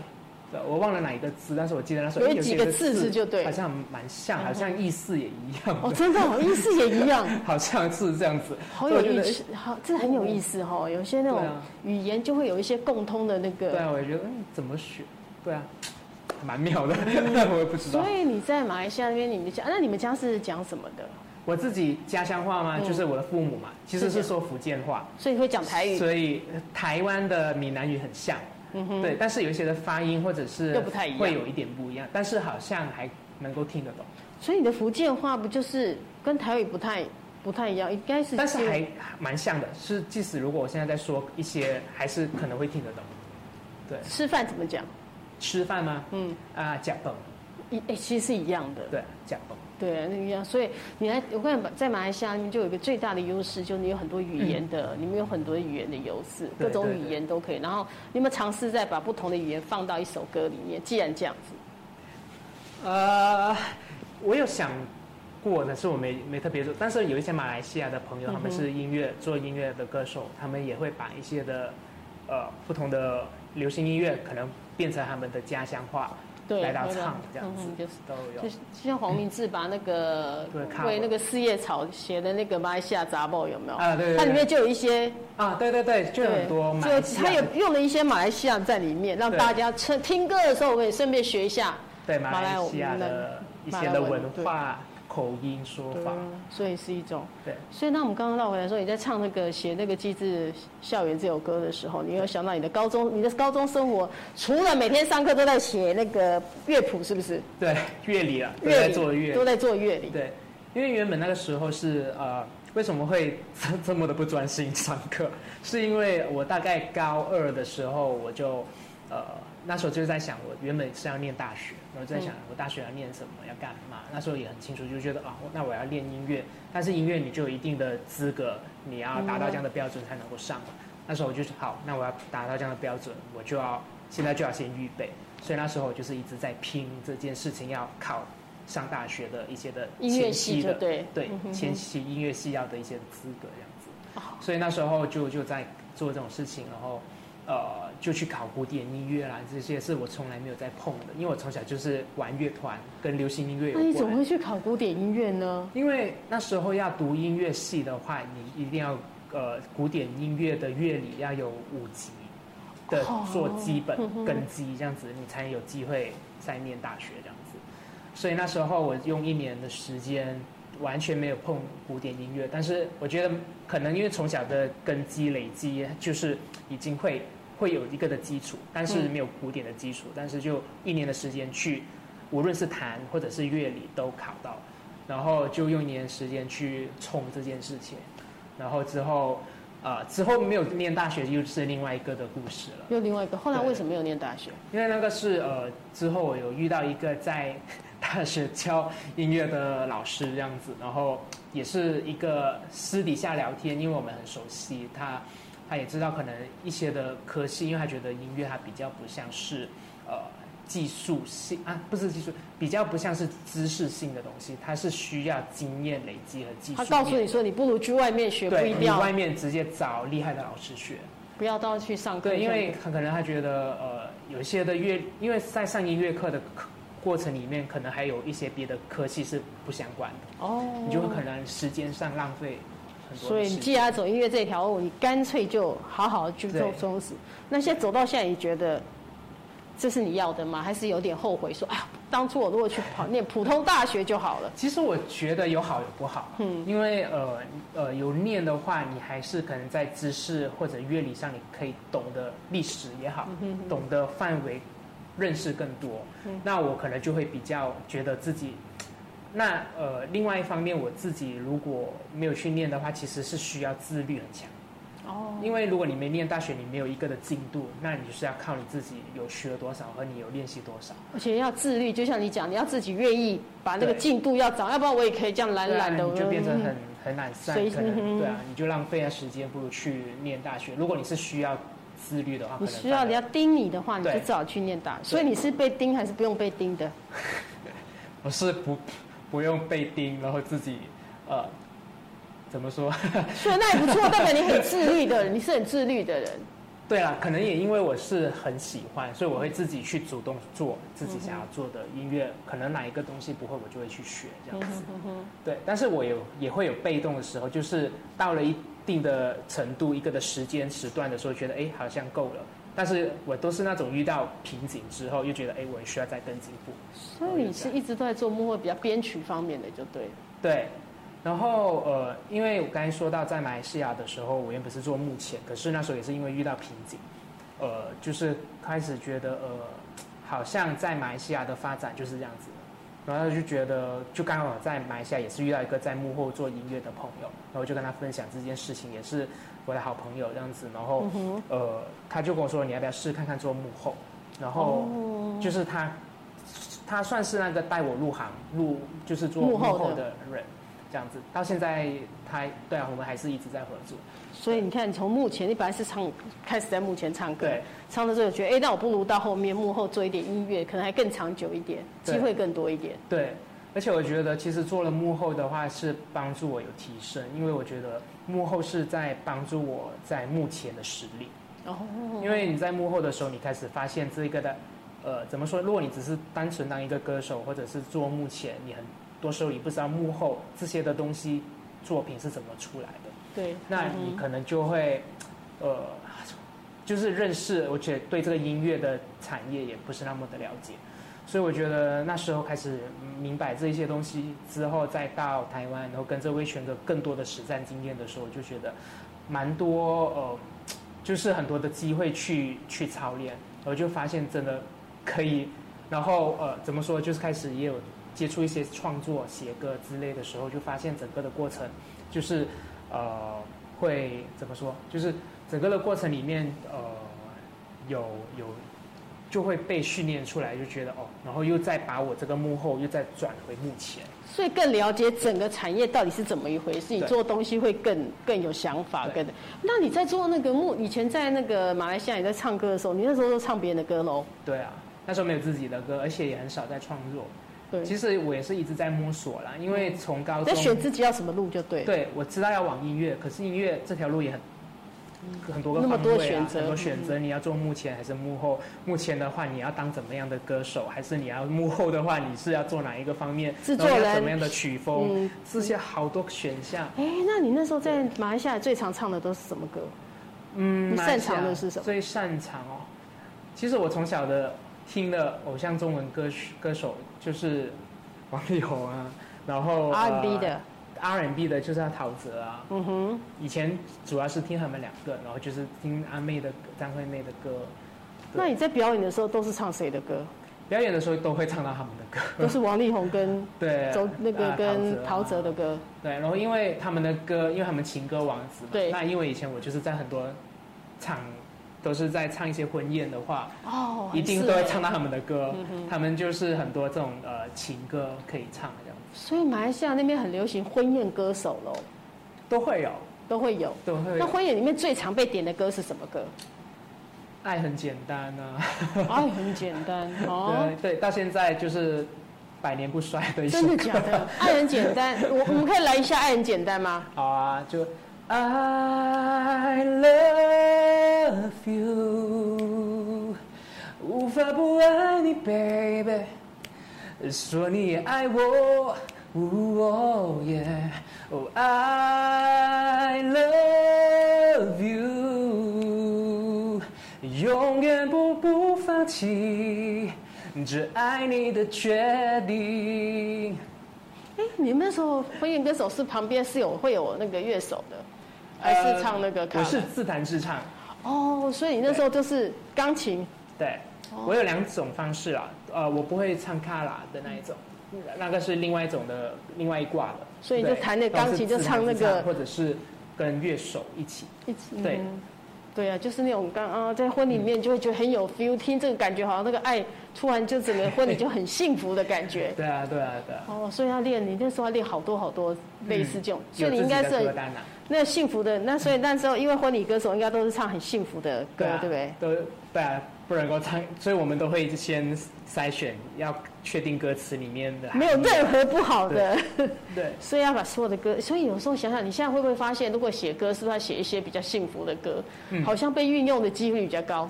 对，我忘了哪一个字，但是我记得那时候有哎几些个的字是就对了嗯好像蛮像，好像意思也一样，哦，真的哦，意思也一样， 好像是这样子，好所有以我觉意得思，好，这很有意思哈，有些那种对啊语言就会有一些共通的那哎对个，啊，我也觉得嗯，怎么学？对啊，蛮妙的， 我也不知道所。以你在马来西亚那边，你们家啊那你们家是讲什么的？我自己家乡话嘛，嗯就是我的父母嘛，其实是哎是的说福建话，所以会讲台语，所以呃台湾的闽南语很像，嗯哼，对，但是有一些的发音或者是又不太一样会有一点不一样，但是好像还能够听得懂，所以你的福建话不就是跟台语不太不太一样，应该是但是还蛮像的，是即使如果我现在在说一些，还是可能会听得懂。吃饭怎么讲？吃饭吗？嗯，啊，假蹦，一诶其实是一样的。对，假蹦，对，啊那个一样。所以你来，我看在马来西亚那边就有一个最大的优势，就是你有很多语言的，你们有很多语言的优势，嗯对各种对语对言都可以。然后你们尝试再把不同的语言放到一首歌里面，既然这样子，呃，我有想过，但是我没没特别做。但是有一些马来西亚的朋友，他们嗯哼是音乐做音乐的歌手，他们也会把一些的呃不同的流行音乐可能变成他们的家乡话对，来到对吧唱这样子嗯嗯就是都就有。是就像黄明志把那个嗯对看为过那个四叶草写的那个马来西亚杂报有没有？啊，对对对，它里面就有一些，啊，对对对，就有很多马来对就西它有亚的用了一些马来西亚在里面，让对大家趁听歌的时候，我也顺便学一下。对马来西亚马来的一马些来的文文化口音说法，嗯所以是一种。对，所以那我们刚刚绕回来说，你在唱那个写那个《机智校园》这首歌的时候，你有想到你的高中，你的高中生活除了每天上课都在写那个乐谱，是不是？对乐理啊，都乐在理做乐理都在做乐理。对，因为原本那个时候是呃，为什么会这这么的不专心上课？ 是因为我大概高二的时候，我就呃那时候就是在想，我原本是要念大学，然后在想我大学要念什么，要干嘛。那时候也很清楚，就觉得啊，我那我要练音乐，但是音乐你就有一定的资格，你要达到这样的标准才能够上嘛。那时候我就是好，那我要达到这样的标准，我就要现在就要先预备。所以那时候我就是一直在拼这件事情，要考上大学的一些的音乐前系期就的对对嗯哼哼前期音乐系要的一些资格这样子哦。所以那时候就就在做这种事情，然后呃就去考古典音乐啦，这些是我从来没有在碰的，因为我从小就是玩乐团跟流行音乐那你有怎么关。会去考古典音乐呢？因为那时候要读音乐系的话，你一定要呃古典音乐的乐理要有五级的哦做基本嗯哼根基，这样子你才有机会再念大学这样子。所以那时候我用一年的时间完全没有碰古典音乐，但是我觉得可能因为从小的根基累积，就是已经会会有一个的基础，但是没有古典的基础，但是就一年的时间去，无论是弹或者是乐理都考到，然后就用一年时间去冲这件事情，然后之后，呃，之后没有念大学又是另外一个的故事了。又另外一个，后来对为什么没有念大学？因为那个是呃，之后我有遇到一个在呃大学教音乐的老师这样子，然后也是一个私底下聊天，因为我们很熟悉，他他也知道可能一些的科系，因为他觉得音乐它比较不像是呃技术性啊，不是技术，比较不像是知识性的东西，它是需要经验累积和技他术面。告诉你说，你不如去外面学，不对，一定你要外面直接找厉害的老师学。不要到去上课。对，因为他可能他觉得呃，有一些的乐，因为在上音乐课的课过程里面，可能还有一些别的科系是不相关的，哦，你就会可能时间上浪费很多所的以你时既间。然走音乐这条路，你干脆就好好去做对充实。那现在走到现在，你觉得这是你要的吗？还是有点后悔说，哎呀，当初我如果去跑念普通大学就好了。其实我觉得有好有不好，嗯，因为呃呃有念的话，你还是可能在知识或者乐理上，你可以懂得历史也好，嗯懂得范围认识更多，嗯那我可能就会比较觉得自己。那呃，另外一方面，我自己如果没有去念的话，其实是需要自律很强。哦，因为如果你没念大学，你没有一个的进度，那你就是要靠你自己有学多少和你有练习多少。而且要自律，就像你讲，你要自己愿意把那个对进度要找，要不然我也可以这样懒对啊懒的，你就变成嗯很很懒散随，可嗯能对啊，你就浪费了时间，不如去念大学。如果你是需要自律啊的话，可你能需要反而人家盯你的话，你就对只好去念大学。所以你是被盯还是不用被盯的？我是不不用被盯，然后自己呃怎么说？所以那也不错，代表你很自律 的人，你是很自律的人。对啊，可能也因为我是很喜欢，所以我会自己去主动做自己想要做的音乐。可能哪一个东西不会，我就会去学这样嗯子。对，但是我有也会有被动的时候，就是到了一定的程度、一个的时间时段的时候，觉得哎好像够了。但是我都是那种遇到瓶颈之后，又觉得哎我需要再更进步。所以你是一直都在做幕后比较编曲方面的，就对了。对，然后呃，因为我刚才说到在马来西亚的时候，我原本是做幕前，可是那时候也是因为遇到瓶颈，呃，就是开始觉得呃，好像在马来西亚的发展就是这样子，然后就觉得就刚好在马来西亚也是遇到一个在幕后做音乐的朋友，然后就跟他分享这件事情，也是我的好朋友这样子，然嗯后、呃，他就跟我说你要不要试看看做幕后，然后哦就是他。他算是那个带我入行入就是做幕幕后后的的人，这样子，到现在他对啊，我们还是一直在合作。所以你看，你从幕前，你本来是唱，开始在幕前唱歌对，唱到这个觉得，哎、那我不如到后面幕后做一点音乐，可能还更长久一点，对机会更多一点。对，而且我觉得其实做了幕后的话是帮助我有提升，因为我觉得幕后是在帮助我在目前的实力。哦，因为你在幕后的时候，你开始发现这一个的，呃，怎么说？如果你只是单纯当一个歌手，或者是做幕前，你很多时候你不知道幕后这些的东西作品是怎么出来的，对，那嗯你可能就会，呃，就是认识，而且对这个音乐的产业也不是那么的了解，所以我觉得那时候开始明白这一些东西之后，再到台湾，然后跟着威权哥更多的实战经验的时候，我就觉得蛮多呃，就是很多的机会去去操练，我就发现真的可以，然后呃怎么说，就是开始也有接触一些创作、写歌之类的时候，就发现整个的过程就是呃会怎么说，就是整个的过程里面呃有有就会被训练出来，就觉得哦，然后又再把我这个幕后又再转回幕前。所以更了解整个产业到底是怎么一回事，你对做东西会更更有想法，对更。那你在做那个幕，以前在那个马来西亚你在唱歌的时候，你那时候都唱别人的歌喽？对啊，那时候没有自己的歌，而且也很少在创作。对，其实我也是一直在摸索啦，因为从高在中选自己要什么路就对了。对，我知道要往音乐，可是音乐这条路也很很多个嗯那么方多位啊选择很多选择，你要做幕前还是幕后？幕前的话，你要当怎么样的歌手，还是你要幕后的话，你是要做哪一个方面？制作然后要人怎么样的曲风？嗯，这些好多选项。哎，那你那时候在马来西亚最常唱的都是什么歌？嗯，你马来西擅长亚的是什么最擅长哦，其实我从小的听的偶像中文歌曲歌手就是王力宏啊，然后 R&B 的，呃 R&B 的就是陶喆啊，嗯哼，以前主要是听他们两个，然后就是听阿妹的张惠妹的歌。对那你在表演的时候都是唱谁的 歌？表演的时候都会唱到他们的歌， 都是王力宏跟对，周那个啊跟陶喆啊的歌。对，然后因为他们的歌，因为他们情歌王子嘛，对那因为以前我就是在很多场都是在唱一些婚宴的话，哦，一定很都适合会唱到他们的歌，嗯他们就是很多这种呃情歌可以唱这样子，所以马来西亚那边很流行婚宴歌手喽，都会有，都会有。都会那有。婚宴里面最常被点的歌是什么歌？ 爱很简单啊，哎，很简 单哦，对对，到现在就是百年不衰的一首真的假 的？爱很简单，我我们可以来一下爱很简单吗？好啊，就 I love you，无法不爱你，baby。说你也爱我，哦耶，哦，I love you，永远不不放弃，只爱你的决定。哎，你们那时候婚宴歌手是旁边是有会有那个乐手的，还是唱那个呃卡我拉？是自弹自唱。哦，所以你那时候就是钢琴对，哦我有两种方式啊，呃，我不会唱卡拉的那一种，那个是另外一种的另外一挂的。嗯所以你就对弹那钢琴就然后是唱那个自弹自或者是跟乐手一起。一起。对嗯对啊，就是那种刚啊，在婚礼里面就会觉得很有 feel，听这个感觉好像那个爱突然就整个婚礼就很幸福的感觉。对啊，对啊，对啊。哦，所以要练，你那时候要练好多好多类似这种，所以你嗯有应自己该的是歌单啊，那幸福的那，所以那时候因为婚礼歌手应该都是唱很幸福的歌，啊，对不对？都对啊，不能够唱，所以我们都会先筛选，要确定歌词里面的含义没啊有任何不好的，对。 所以要把所有的歌。所以有时候想想，你现在会不会发现，如果写歌，是不是要写一些比较幸福的歌，好像被运用的几率比较 高？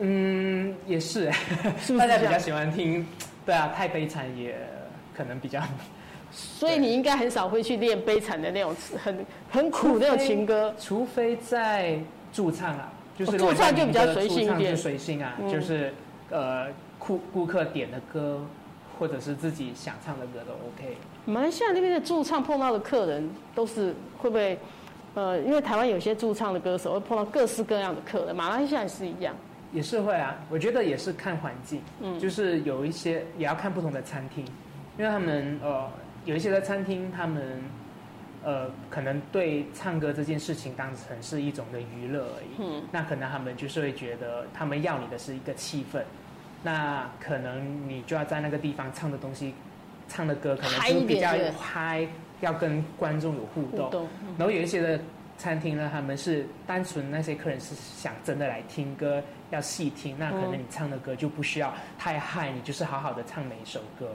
嗯，也是，不是大家这比样较喜欢听，对啊，太悲惨也可能比较所以你应该很少会去练悲惨的那种很很苦的那种情 歌。除非在驻唱啊，就是哦如果驻唱在就比较民歌随性驻唱一点就随性啊，嗯就是呃顾顾客点的歌，或者是自己想唱的歌都 OK。马来西亚那边的驻唱碰到的客人都是会不会？呃，因为台湾有些驻唱的歌手会碰到各式各样的客人，马来西亚也是一样。也是会啊，我觉得也是看环境，嗯，就是有一些也要看不同的餐厅，因为他们呃有一些的餐厅，他们呃可能对唱歌这件事情当成是一种的娱乐而已，嗯，那可能他们就是会觉得他们要你的是一个气氛，那可能你就要在那个地方唱的东西，唱的歌可能嗨就一是比点较对嗨，要跟观众有互互动，动，然后有一些的餐厅呢，他们是单纯那些客人是想真的来听歌，要细嗯听，那可能你唱的歌就不需要太嗨，你就是好好的唱每一首歌。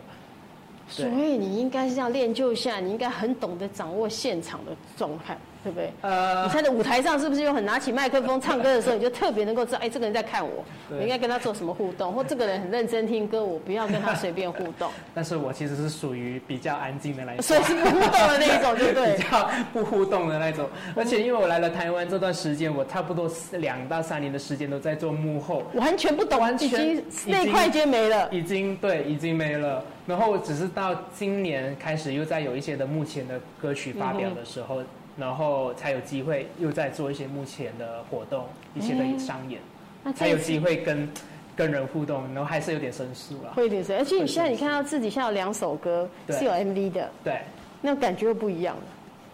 所对以你应该是要练就一下，你应该很懂得掌握现场的状态，对不对？呃 你，在舞台上是不是又很拿起麦克风唱歌的时候，你 就特别能够知道，哎，这个人在看我，对我应该跟他做什么互动，或这个人很认真听歌，我不要跟他随便互 动，但是我其实是属于比较安静的那一种，所以是不互动的那一种，对不对 比？较不互动的那种。而且因为我来了台湾这段时间，我差不多四两到三年的时间都在做幕后，完全不懂，完已全经已那一经块已经没了。已经对已经没了。然后只是到今年开始又在有一些的目前的歌曲发表的时嗯候，然后才有机会又在做一些目前的活动，一些的商演，嗯那才这有一次机会跟跟人互动，然后还是有点生疏了。会有点深，而且你现在会有你点看到自己现在有两首歌对是有 MV 的，对那感觉又不一样了。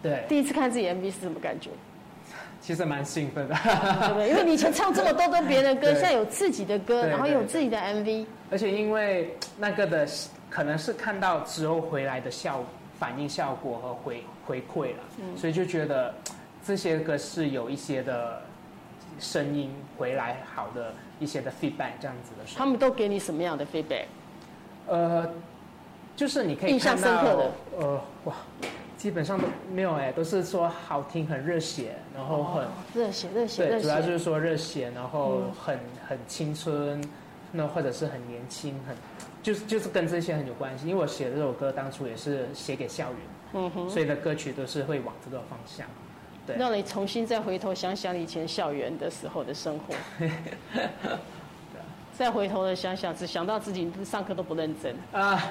对，第一次看自己 MV 是什么感觉？其实蛮兴奋的。 对不对？因为你以前唱这么多都别人的歌， 对现在有自己的歌，对然后有自己的 MV，而且因为那个的可能是看到之后回来的效反应效果和回回馈了，嗯所以就觉得嗯这些歌是有一些的声音回来好的一些的 feedback 这样子的时他候，们都给你什么样的 feedback？呃，就是你可以印象看到深刻的呃哇，基本上都没有哎、都是说好听很热血，然后很、热血，热血，对，热主要就血。是说热血，然后很很青春，那或者是很年轻，很就是就是跟这些很有关系。因为我写这首歌当初也是写给校园，嗯哼，所以的歌曲都是会往这个方向。对让你重新再回头想想以前校园的时候的生活。 再回头的想想，只想到自己上课都不认真，啊，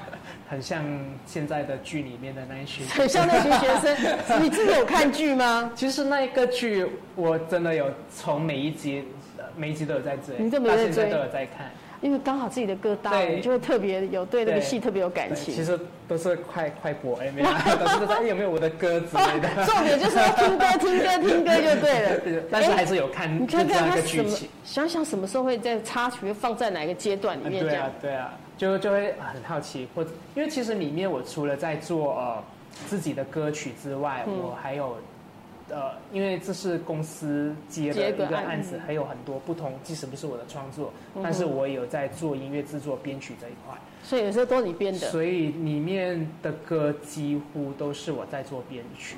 很像现在的剧里面的那一群。很像那群学 生。你自己有看剧吗？其实那一个剧我真的有从每一集呃每一集都有在追，你都没到在现在追都有在看。因为刚好自己的歌搭了，对你就会特别有对那个对戏特别有感对其情。实都是快快播哎，没有， 都是在哎有没有我的歌之 类的。哦重点就是要听歌，听歌，听歌就对了 。但是哎还是有看，你就看知道看那他个什剧么情。，想想什么时候会在插曲会放在哪个阶段里嗯面这对样啊。，对啊，就就会很好奇，或者因为其实里面我除了在做呃自己的歌曲之外，嗯我还有呃，因为这是公司接的接一个个案嗯案子，还有很多不同，即使不是我的创作，但是我有在做音乐制作、编曲这一块，所以有时候都是你编的。所以里面的歌几乎都是我在做编曲。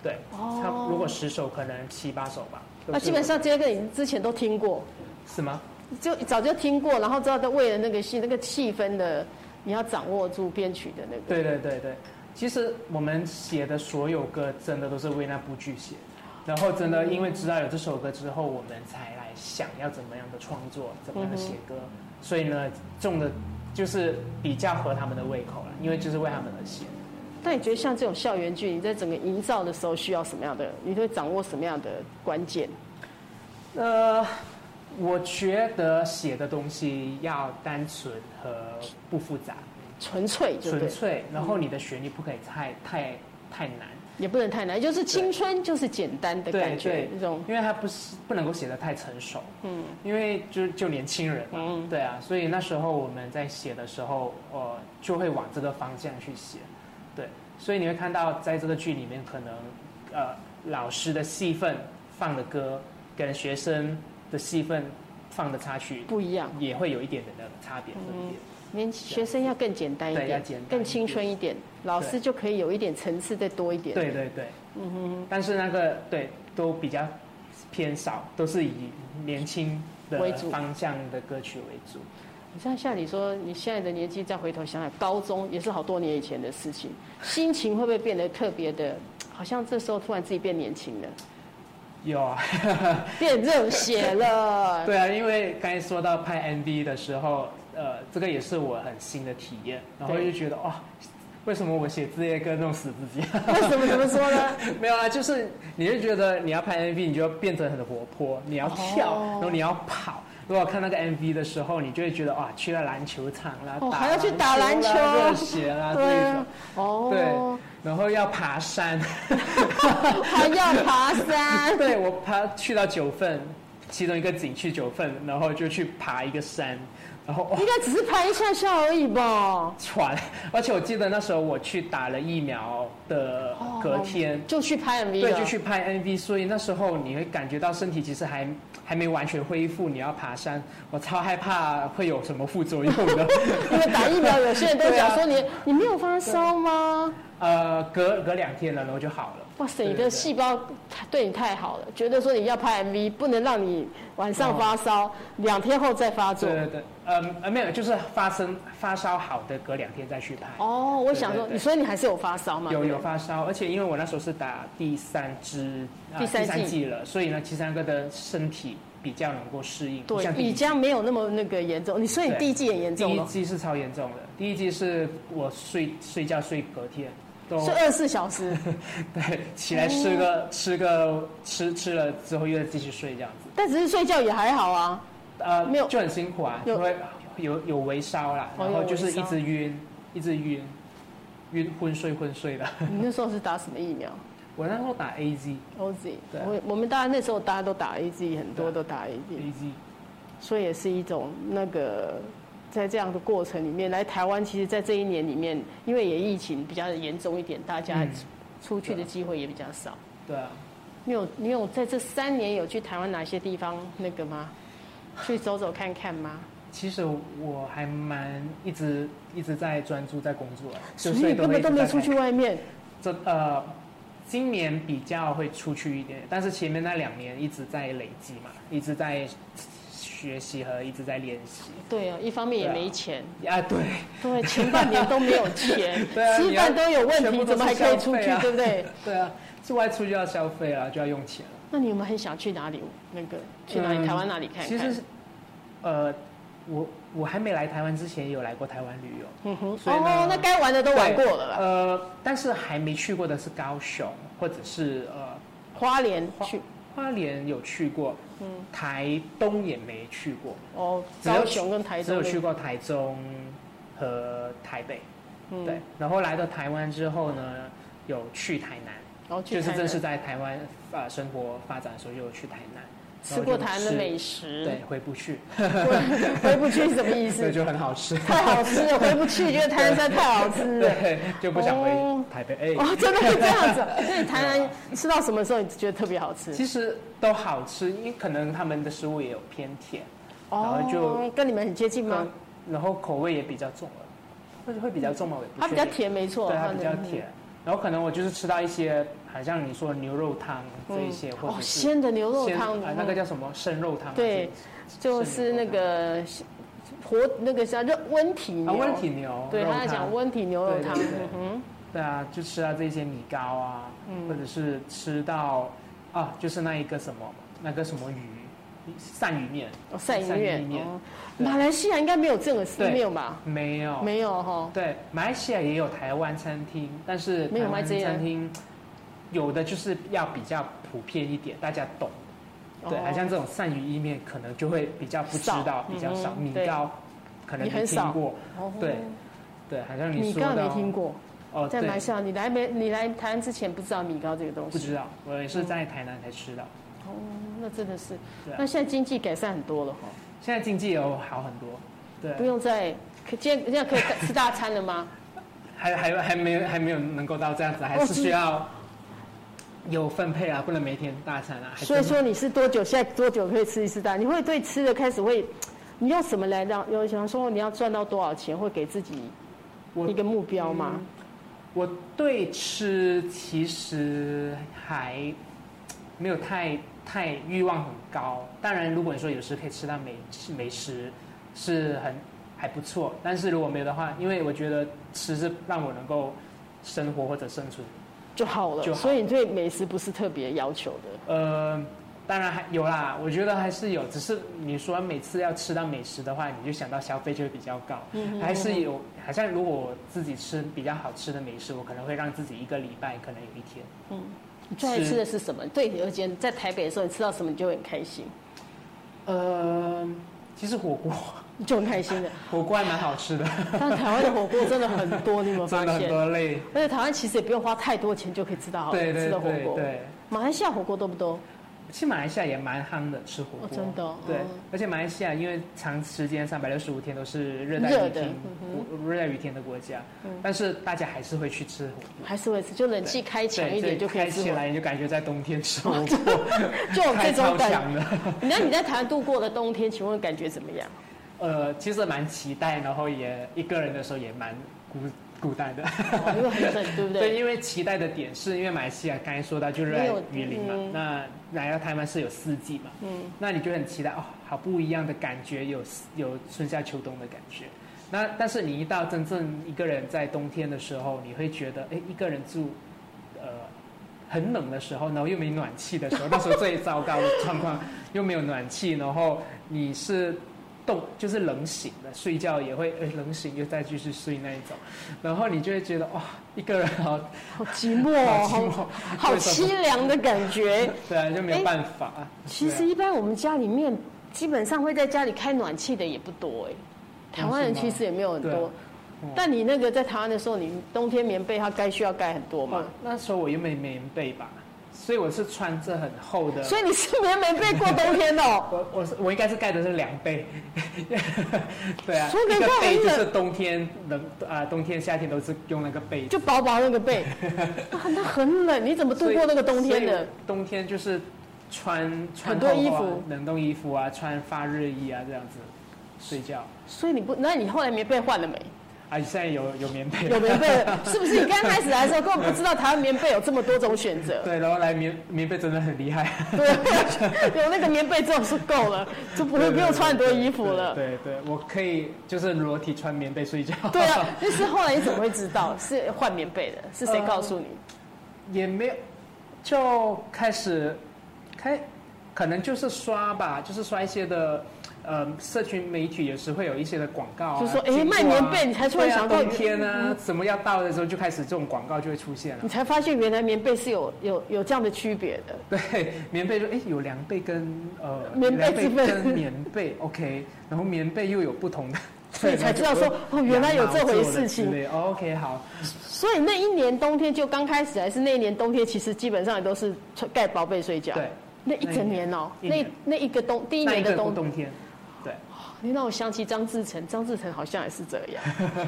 对，哦差不如果十首，可能七八首吧。都啊，是基本我上这些歌你之前都听过，是吗？就早就听过，然后知道在为了那个戏那个气氛的，你要掌握住编曲的那个。对对对对，其实我们写的所有歌真的都是为那部剧写的，然后真嗯的因为知道有这首歌之后，我们才来想要怎么样的创作，怎么样的写嗯歌，所以呢，中的就是比较合他们的胃口了，因为就是为他们而写。但你觉得像这种校园剧，你在整个营造的时候需要什么样的？你会掌握什么样的关键？呃，我觉得写的东西要单纯和不复杂，纯粹就纯对，粹，然后你的旋律不可以太太太难。也不能太难，就是青春，就是简单的对感觉对，那种。因为它不是不能够写的太成熟，嗯嗯，因为就就年轻人嘛，嗯对啊，所以那时候我们在写的时候，呃，就会往这个方向去写，对，所以你会看到在这个剧里面，可能呃老师的戏份放的歌跟学生的戏份放的插曲不一样，也会有一点点的差别分别，年学生要更简单一对要点简单一，点更青春一点，老师就可以有一点层次再多一点。对对对，嗯哼，但是那个对都比较偏少，都是以年轻的为主方向的歌曲为主。你像像你说你现在的年纪，再回头想想，高中也是好多年以前的事情，心情会不会变得特别的？好像这时候突然自己变年 轻了，有啊，变热血 了。对啊，因为刚才说到拍 MV 的时候，呃，这个也是我很新的体验，然后对就觉得哇、为什么我写这些歌弄死自己？为什么怎么说呢？ 没有啊，就是你就觉得你要拍 MV，你就要变得很活泼，你要跳，哦然后你要跑。如果看那个 MV 的时候，你就会觉得哇，去了篮球场啦，哦打还要去打篮啦球热血啦这对一种啊。，哦对，，然后要爬山， 还要爬山，对我爬去到九份，其中一个景区九份，然后就去爬一个山，哦然后哇应该只是拍一下下而已吧？喘， 而且我记得那时候我去打了疫苗的隔天，就去拍 MV 对，了就去拍 MV，所以那时候你会感觉到身体其实还还没完全恢复，你要爬山，我超害怕会有什么副作用 的。因为打疫苗，有些人都讲 说啊你、你没有发烧吗？呃，隔隔两天了，然后就好了。哇塞，对你的细胞对你太好了，觉得说你要拍 MV 不能让你晚上发烧，两、天后再发作对。对对，呃呃，没有，就是发生发烧好的，隔两天再去拍。哦，我想说，对对对你所以你还是有发烧嘛？有对有不对。发烧，而且因为我那时候是打第三支、啊第三剂剂了，所以呢，其实那个的身体比较能够适应。不像对，第一你剂这样没有那么那个严重，你所以你对第一季也严第重一了，季是超严重的，第一季是我睡睡觉睡隔天都所以哦二十四小时。对起来吃个、吃个吃吃了之后又继续睡这样子，但只是睡觉也还好啊。呃，没有就很辛苦啊，有因为有有微烧啦，哦然后就是有微一烧直晕，一直晕，晕昏睡昏睡的。你那时候是打什么疫苗我那时候打 A Z ？OZ。对我我们大家那时候大家都打 AZ，很多对都打 AZ， A Z，所以也是一种那个。在这样的过程里面，来台湾，其实，在这一年里面，因为也疫情比较严重一点，大家嗯出去的对机会也比较少。对啊，你有你有在这三年有去台湾哪些地方那个吗？去走走看看吗？其实我还蛮一直一直在专注在工作啊，就所以根本都没有出所以去外面。都会一直在看。这呃，今年比较会出去一点，但是前面那两年一直在累积嘛，一直在学习和一直在练习对啊，一方面也对啊没钱，啊，对， 对，前半年都没有钱，对啊吃饭都有问你题，要怎么还可以出全部去对都是消费，啊不对？对啊，出外出就要消费啊，就要用钱了。那你有没有很想去哪里？那个去哪里？嗯台湾哪里看其实看？是，呃，我我还没来台湾之前也有来过台湾旅游，嗯哼，所以呢哦，那该玩的都玩过了啦。呃，但是还没去过的是高雄或者是呃花莲去，花莲有去过，嗯，台东也没去过，哦，只有高雄跟台只有中，去过台中和台北。嗯对，，然后来到台湾之后呢，有去台南，然后就去是台正式南，在台湾呃生活发展的时候，就有去台南，吃过然后就台湾的吃美食， 对，回不去，回 回不去是什么意所以思？就很好吃，太好吃了，回不去，觉得台南实在太好吃了。对，就不想哦回台北。哎、哦，真的是这样子哦。 所以台南吃到什么时候你觉得特别好吃？其实都好吃，因为可能他们的食物也有偏甜，然后就哦，跟你们很接近吗嗯？然后口味也比较重了，会会比较重吗？我也不它确啊比较定甜，没错，对，它比较的甜。然后可能我就是吃到一些，好像你说牛肉汤这一些，或哦者，是鲜的牛肉鲜汤啊，那个叫什么生肉汤啊？对就是那个活那个叫热温体牛，这啊温体牛，对，肉他在汤讲温体牛肉汤，对对对嗯对啊，就吃到这些米糕啊，或者是吃到啊，就是那一个什么那个什么鱼鳝鱼面，哼，鳝鳝鱼鱼面面哦，对马来西亚应该没有这个寺对哦庙吧？没有没有哈，对，马来西亚也有台湾餐厅，但是没有台湾卖这样餐厅有的就是要比较普遍一点，大家懂。对，哦好像这种鳝鱼意面可能就会比较不知道少，比较少。嗯米对糕可能也很没少听过，哦对对，好像米说糕到没听过，哦，在对马，来西亚，你来没？你来台湾之前不知道米糕这个东不西，知道，我也嗯是在台南才吃到。哦，那真的是对啊，那现在经济改善很多了哈，现在经济有好很多，不对，啊用再可现在现在可以吃大餐了吗？还还还没有还没有能够到这样子，还哦是真需要有分配啊，不能每天大餐 啊。还所以真的说你是多久？现在多久可以吃一次蛋？你会对吃的开始会，你用什么来让？有想说你要赚到多少钱，会给自己我嗯一个目标吗？我对吃其实还没有太太欲望很高。当然，如果你说有时可以吃到美美食，是很还不错。但是如果没有的话，因为我觉得吃是让我能够生活或者生存。就好了。就好了所以你对美食不是特别要求的。呃，当然还有啦，我觉得还是有。只是你说每次要吃到美食的话，你就想到消费就会比较高。嗯嗯还是有，好像如果我自己吃比较好吃的美食，我可能会让自己一个礼拜可能有一天。你最爱吃的是什么？对你而言，在台北的时候，你吃到什么你就会很开心，呃，其实火锅， 你就很开心的。火锅还蛮好 吃的，但台湾的火锅真的很多，你有没有发 真的很现？多类。而且台湾其实也不用花太多钱就可以吃到好对对吃的火对锅。对，马来西亚火锅多不多？其实马来西亚也蛮夯的，吃火锅、哦真的哦对嗯，而且马来西亚因为长时间三百六十五天都是热带热雨的嗯天，热带雨天的国家，但是大家还是会去吃火锅。还是会吃，就冷气开强一点就可以开吃起火锅。来你就感觉在冬天吃 火锅，就有太这超种感觉。强了。那你在台湾度过的冬天，请问感觉怎么 样？呃，其实蛮期待，然后也一个人的时候也蛮孤孤单的。 哦因为很冷，对不对，对？因为期待的点是因为马来西亚刚才说到就热没带有雨林嘛，嗯那来到台湾是有四季嘛，嗯，那你就很期待哦，好不一样的感觉，有有春夏秋冬的感觉。那但是你一到真正一个人在冬天的时候，你会觉得哎，一个人住，呃，很冷的时候，然后又没暖气的时候，那时候最糟糕的状况，又没有暖气，然后你是冻，就是冷醒的，睡觉也会哎冷醒又再继续睡那一种，然后你就会觉得哇、一个人好好寂寞好哦，寂好寞，好凄凉的感觉。对啊，就没有办法。其实一般我们家里面基本上会在家里开暖气的也不多哎，台湾人哦是吗其实也没有很对啊多嗯。但你那个在台湾的时候，你冬天棉被它该需要盖很多嘛哦，，那时候我又没棉被吧，所以我是穿着很厚的。。所以你是棉棉被过冬天的哦我我是我应该是盖的是两倍， 对啊，所以一难个怪被很就冷是冬天冷啊、冬天夏天都是用那个被。就薄薄那个被，啊 那很冷，你怎么度所以过那个冬天？所以的？冬天就是穿穿很多厚厚啊衣服冷冻衣服啊，穿发热衣啊这样子睡觉。所以你不，那你后来棉被换了没？啊，现在有有棉被， 有棉被了，是不是？你刚开始来的时候根本不知道台湾棉被有这么多种选择，对，然后来棉棉被真的很厉害，对， 有那个棉被之后是够了，就不会不用穿很多衣服了。对对对，对我可以就是裸体穿棉被睡觉。对啊，但是后来你怎么会知道是换棉被的？是谁告 诉你？也没有，就开始开，可能就是刷吧，就是刷一些的，呃，社群媒体有时会有一些的广告、啊，就说经过啊诶卖棉被你嗯才突然想到对啊冬天啊，怎么要到的时候就开始这种广告就会出现了 你。才发现原来棉被是有有有这样的区别的。对，棉被说，哎，有凉被跟呃，棉被凉之分跟棉被，OK，然后棉被又有不同的， 所以才知道说然后就哦原来有这回事情羊毛做的之类，OK，好，哦所以那一年冬天就刚开始，还是那一年冬天，其实基本上也都是穿盖薄被睡觉。对，那一整年哦、那一那年那一个冬，第一那年一的个冬，冬天，对，你让我想起张志成，张志成好像也是这 样。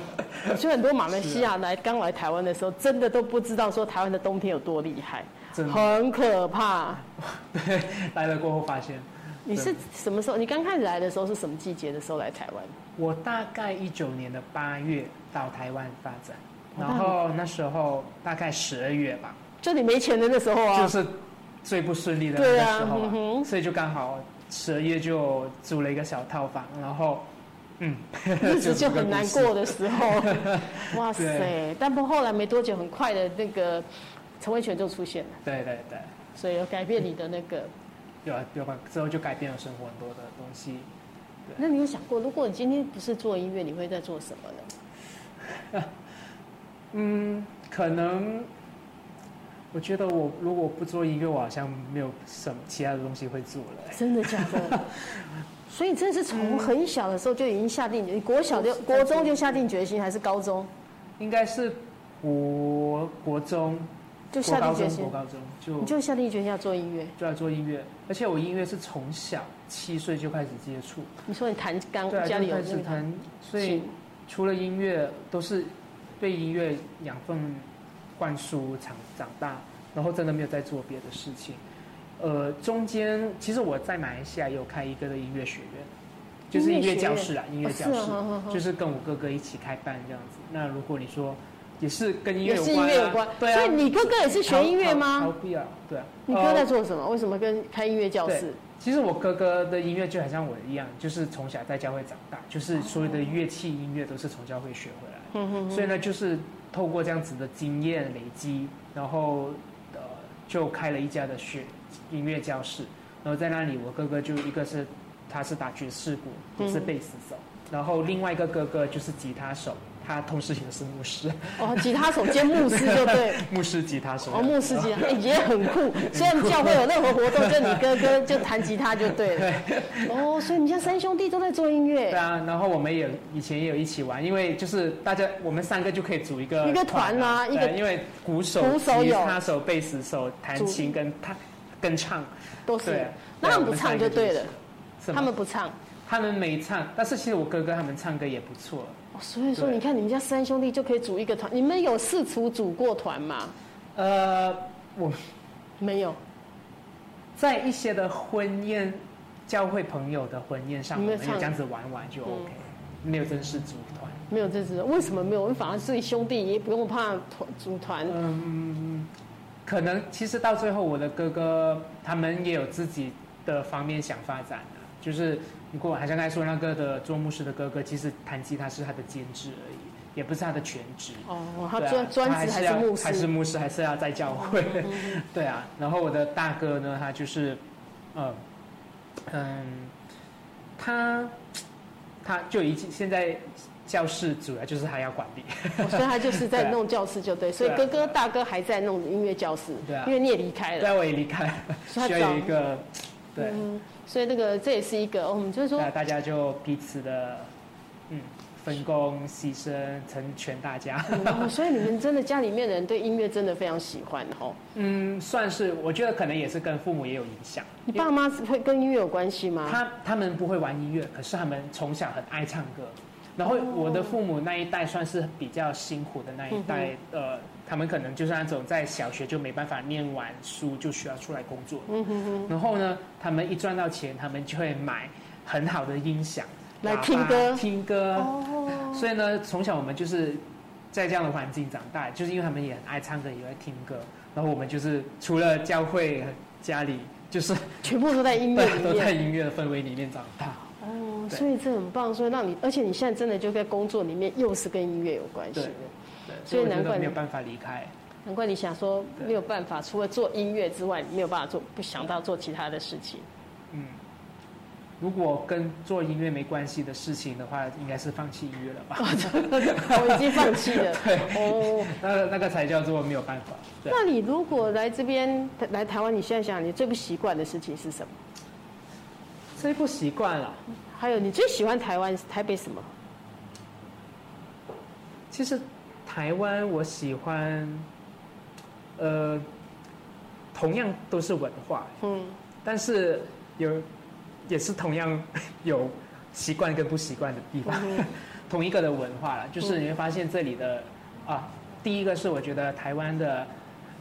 我觉得很多马来西亚来刚来台湾的时候，真的都不知道说台湾的冬天有多厉害，真的，很可怕。对，来了过后发现。你是什么时候？你刚开始来的时候是什么季节的时候来台湾？我大概一九年的八月到台湾发展，哦然后那时候大概十二月吧，就你没钱的那时候就啊。是最不顺利的那对个啊时候啊嗯，哼所以就刚好十二月就租了一个小套房，然后嗯， 日子就这个很故难事。过的时 候，哇塞！但不后来没多久，很快的那个陈维权就出现了，对对对，所以有改变你的那个。有啊有吧，之后就改变了生活很多的东西。那你有想过，如果你今天不是做音乐，你会在做什么呢？嗯，可能我觉得我如果不做音乐，我好像没有什么其他的东西会做了。真的假的？ 所以你真的是从嗯很小的时候就已经下定决，你国小就国中就下定决心，还是高中应该是国国中就国下高定决中，心国？高中就你就下定决心要做音乐？就要做音乐，而且我音乐是从小七岁就开始接触，你说你弹钢，对啊，哦家里就有开那始个弹，所以除了音乐都是被音乐养分灌输长长大，然后真的没有在做别的事情。呃，中间其实我在马来西亚有开一个的音乐学院，就是音乐教室啊，音乐教哦室，是啊呵呵呵就是跟我哥哥一起开办这样子。那如果你说也是跟音乐也有是关、音啊，乐有关。对啊，所以你哥哥也是学音乐逃吗？避啊，对啊。你哥在呃做什么？为什么跟开音乐教室？其实我哥哥的音乐就很像我一样，就是从小在教会长大，就是所有的乐器音乐都是从教会学回来的。嗯哼所以呢，就是透过这样子的经验累积，然后呃，就开了一家的学音乐教室。然后在那里，我哥哥就一个是他是打爵士鼓，也是嗯贝斯手，然后另外一个哥哥就是吉他手，他同时也是牧师， 哦，吉他手兼牧师，对不对？牧师吉他手。哦，牧师吉他、哎也很酷。虽然教会有任何活动，就你哥哥就弹吉他就对了。哦，所以你们家三兄弟都在做音乐对。啊，然后我们也以前也有一起玩，因为就是大家我们三个就可以组一个一个团啊对一个因为鼓手、鼓手吉有他手、贝斯手、弹组琴跟弹跟唱，都是对。啊那他们不唱就对了，是吗他们不唱。他们没唱，但是其实我哥哥他们唱歌也不错。哦所以说，对你看你们家三兄弟就可以组一个团，你们有四厨组过团吗？呃，我没有，在一些的婚宴，教会朋友的婚宴上，我你们们有唱嗯这样子玩玩就 OK，、没有正式组团。没有这支。为什么没有？我们反而自己兄弟也不用怕团组团。嗯，可能其实到最后，我的哥哥他们也有自己的方面想发展的、就是如果好像刚才说那个的做牧师的哥哥，其实弹吉他是他的兼职而已，也不是他的全职。哦，他对啊专专他职还还是要牧还是师，嗯牧师，还是要在教会。 对啊，然后我的大哥呢，他就是，呃，嗯，他他就已经现在教室主要就是他要管理。哦 所以他就是在对啊弄教室就对。所以对啊哥哥大哥还在弄音乐教室对啊，因为你也离开了。对，我也离开，需哎所以他要有找一个对。啊嗯，所以那个这也是一个，哦我们就是说那大家就彼此的，嗯，分工、牺牲、成全大家。哦，所以你们真的家里面的人对音乐真的非常喜欢哦。 嗯，算是，我觉得可能也是跟父母也有影响。你爸妈会跟音乐有关系吗？他他们不会玩音乐，可是他们从小很爱唱歌。然后我的父母那一代算是比较辛苦的那一代，嗯呃，他们可能就是那种在小学就没办法念完书，就需要出来工作。嗯哼哼，然后呢，他们一赚到钱，他们就会买很好的音响来喇叭听歌听歌。哦，所以呢，从小我们就是在这样的环境长大，就是因为他们也很爱唱歌，也爱听歌，然后我们就是除了教会、家里，就是全部都在音 乐对里都在面。音乐的氛围里面长大。哦，对所以这很棒，所以让你，而且你现在真的就在工作里面，又是跟音乐有关系的对，对，所所以以我觉难怪得你没有办法离开。难怪你想说对没有办法，除了做音乐之外，你没有办法做，不想到做其他的事情。嗯，如果跟做音乐没关系的事情的话，应该是放弃音乐了吧？我已经放弃了。哦，那个那个才叫做没有办法。对，那你如果来这边来台湾，你现在想你最不习惯的事情是什么？这不习惯了。还有你最喜欢台湾台北什么？其实台湾我喜欢，呃，同样都是文化，嗯，但是有也是同样 有习惯跟不习惯的地嗯方，同一个的文化了。就是你会发现这里的啊，第一个是我觉得台湾的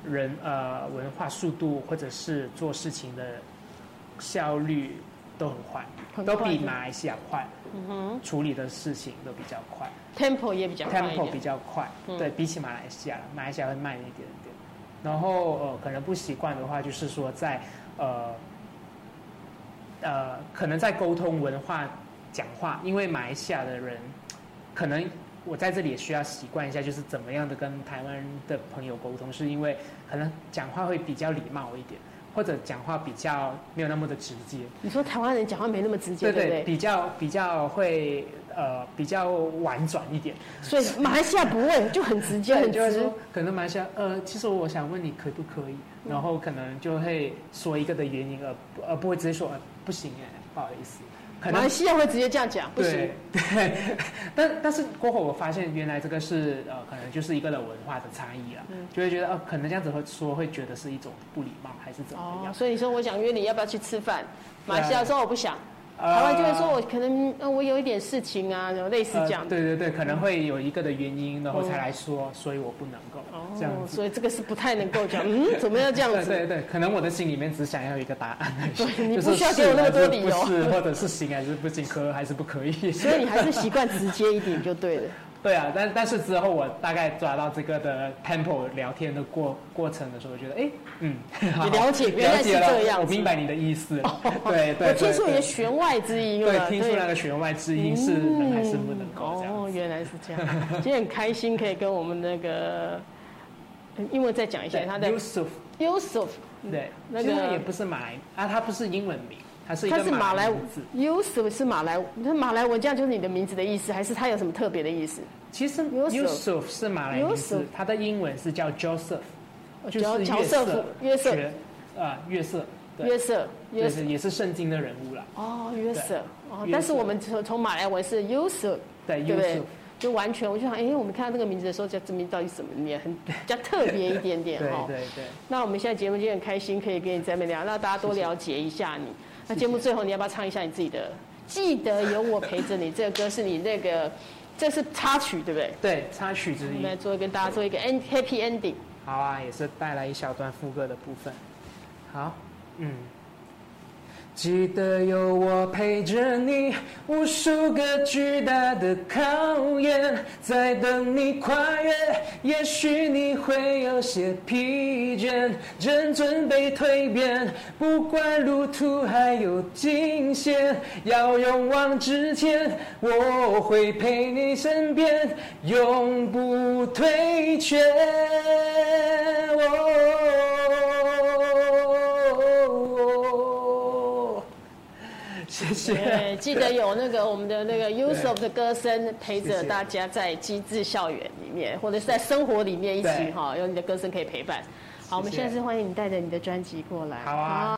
人呃文化速度或者是做事情的效率都很快，很都快比的马来西亚快，嗯哼处理的事情都比较快。 ，tempo 也比较快一 tempo 点比。较快，嗯对比起马来西亚，马来西亚会慢一点点。然后呃，可能不习惯的话，就是说在呃呃，可能在沟通文化讲话，因为马来西亚的人可能。我在这里也需要习惯一下，就是怎么样的跟台湾的朋友沟通，是因为可能讲话会比较礼貌一点，或者讲话比较没有那么的直接。你说台湾人讲话没那么直接，对对不对，对？比较比较会呃比较婉转一点。所以马来西亚不会，就很直接，对，很就会直说。可能马来西亚，呃，其实我想问你可不可以，然后可能就会说一个的原因，而不而不会直接说、呃、不行哎，不好意思，可马来能西亚会直接这样讲，不行对。 对，但但是过后我发现原来这个是呃，可能就是一个的文化的差异了，就会觉得呃，可能这样子会说会觉得是一种不礼貌还是怎么哦样，，所以你说我想约你，要不要去吃饭？啊马来西亚说我不想，呃台湾就会说我可能呃我有一点事情啊，然后类似这样的。呃对对对，可能会有一个的原因，然后才来说，所以我不能够、嗯这样哦，子。所以这个是不太能够 讲，嗯，怎么要这样对子？对对，可能我的心里面只想要一个答案而已，对你就不是需要给我那么多理由是还是不是，或者是行还是不行，可还是不可以。 所以你还是习惯直接一点就对了。对啊，但但是之后我大概抓到这个的 tempo 聊天的过过程的时候，我觉得哎，嗯， 好了解原来是了解了这样子哦我明白你的意思了。对对，我听出对你的弦外之音对，了，嗯听出那个弦外之音是能还是不能够这样哦，子。原来是这样。今天很开心可以跟我们那个，呃英文再讲一下他的 Yusuf， Yusuf，对，那其个实他也不是马来啊，他不是英文名，他是一他个是马来文字。 Yusuf 是马来，那马来文这样就是你的名字的意思，还是他有什么特别的意思？其实 Yusuf Yusuf 是马来名字 Yusuf，他的英文是叫 Joseph，就乔是乔瑟夫约约瑟学啊约瑟，对，约瑟就约是瑟也是圣经的人物啦。哦约瑟哦，约瑟但是我们从从马来文是 Yusuf 对对不对，Yusuf，就完全我就想，哎、我们看到这个名字的时候，这这名字到底怎么念， 很比较特别一点对点哈。对对，那我们现在节目就很开心，可以跟你在那边聊，让大家多了解一下你。那节目最后，你要不要唱一下你自己的《记得有我陪着你》这个歌？是你那个，这是插曲，对不对？对插曲之我一们。来做跟大家做一个 end happy ending。好啊，也是带来一小段副歌的部分。好，嗯。记得有我陪着你，无数个巨大的考验在等你跨越。也许你会有些疲倦，正准备蜕变。不管路途还有惊险，要勇往直前。我会陪你身边，永不退却。哦谢谢。对，记得有那个我们的那个 use of 的歌声陪谢着谢大家在机智校园里面，或者是在生活里面一起对哈，有你的歌声可以陪伴。好，我们谢谢现在是欢迎你带着你的专辑过来。好啊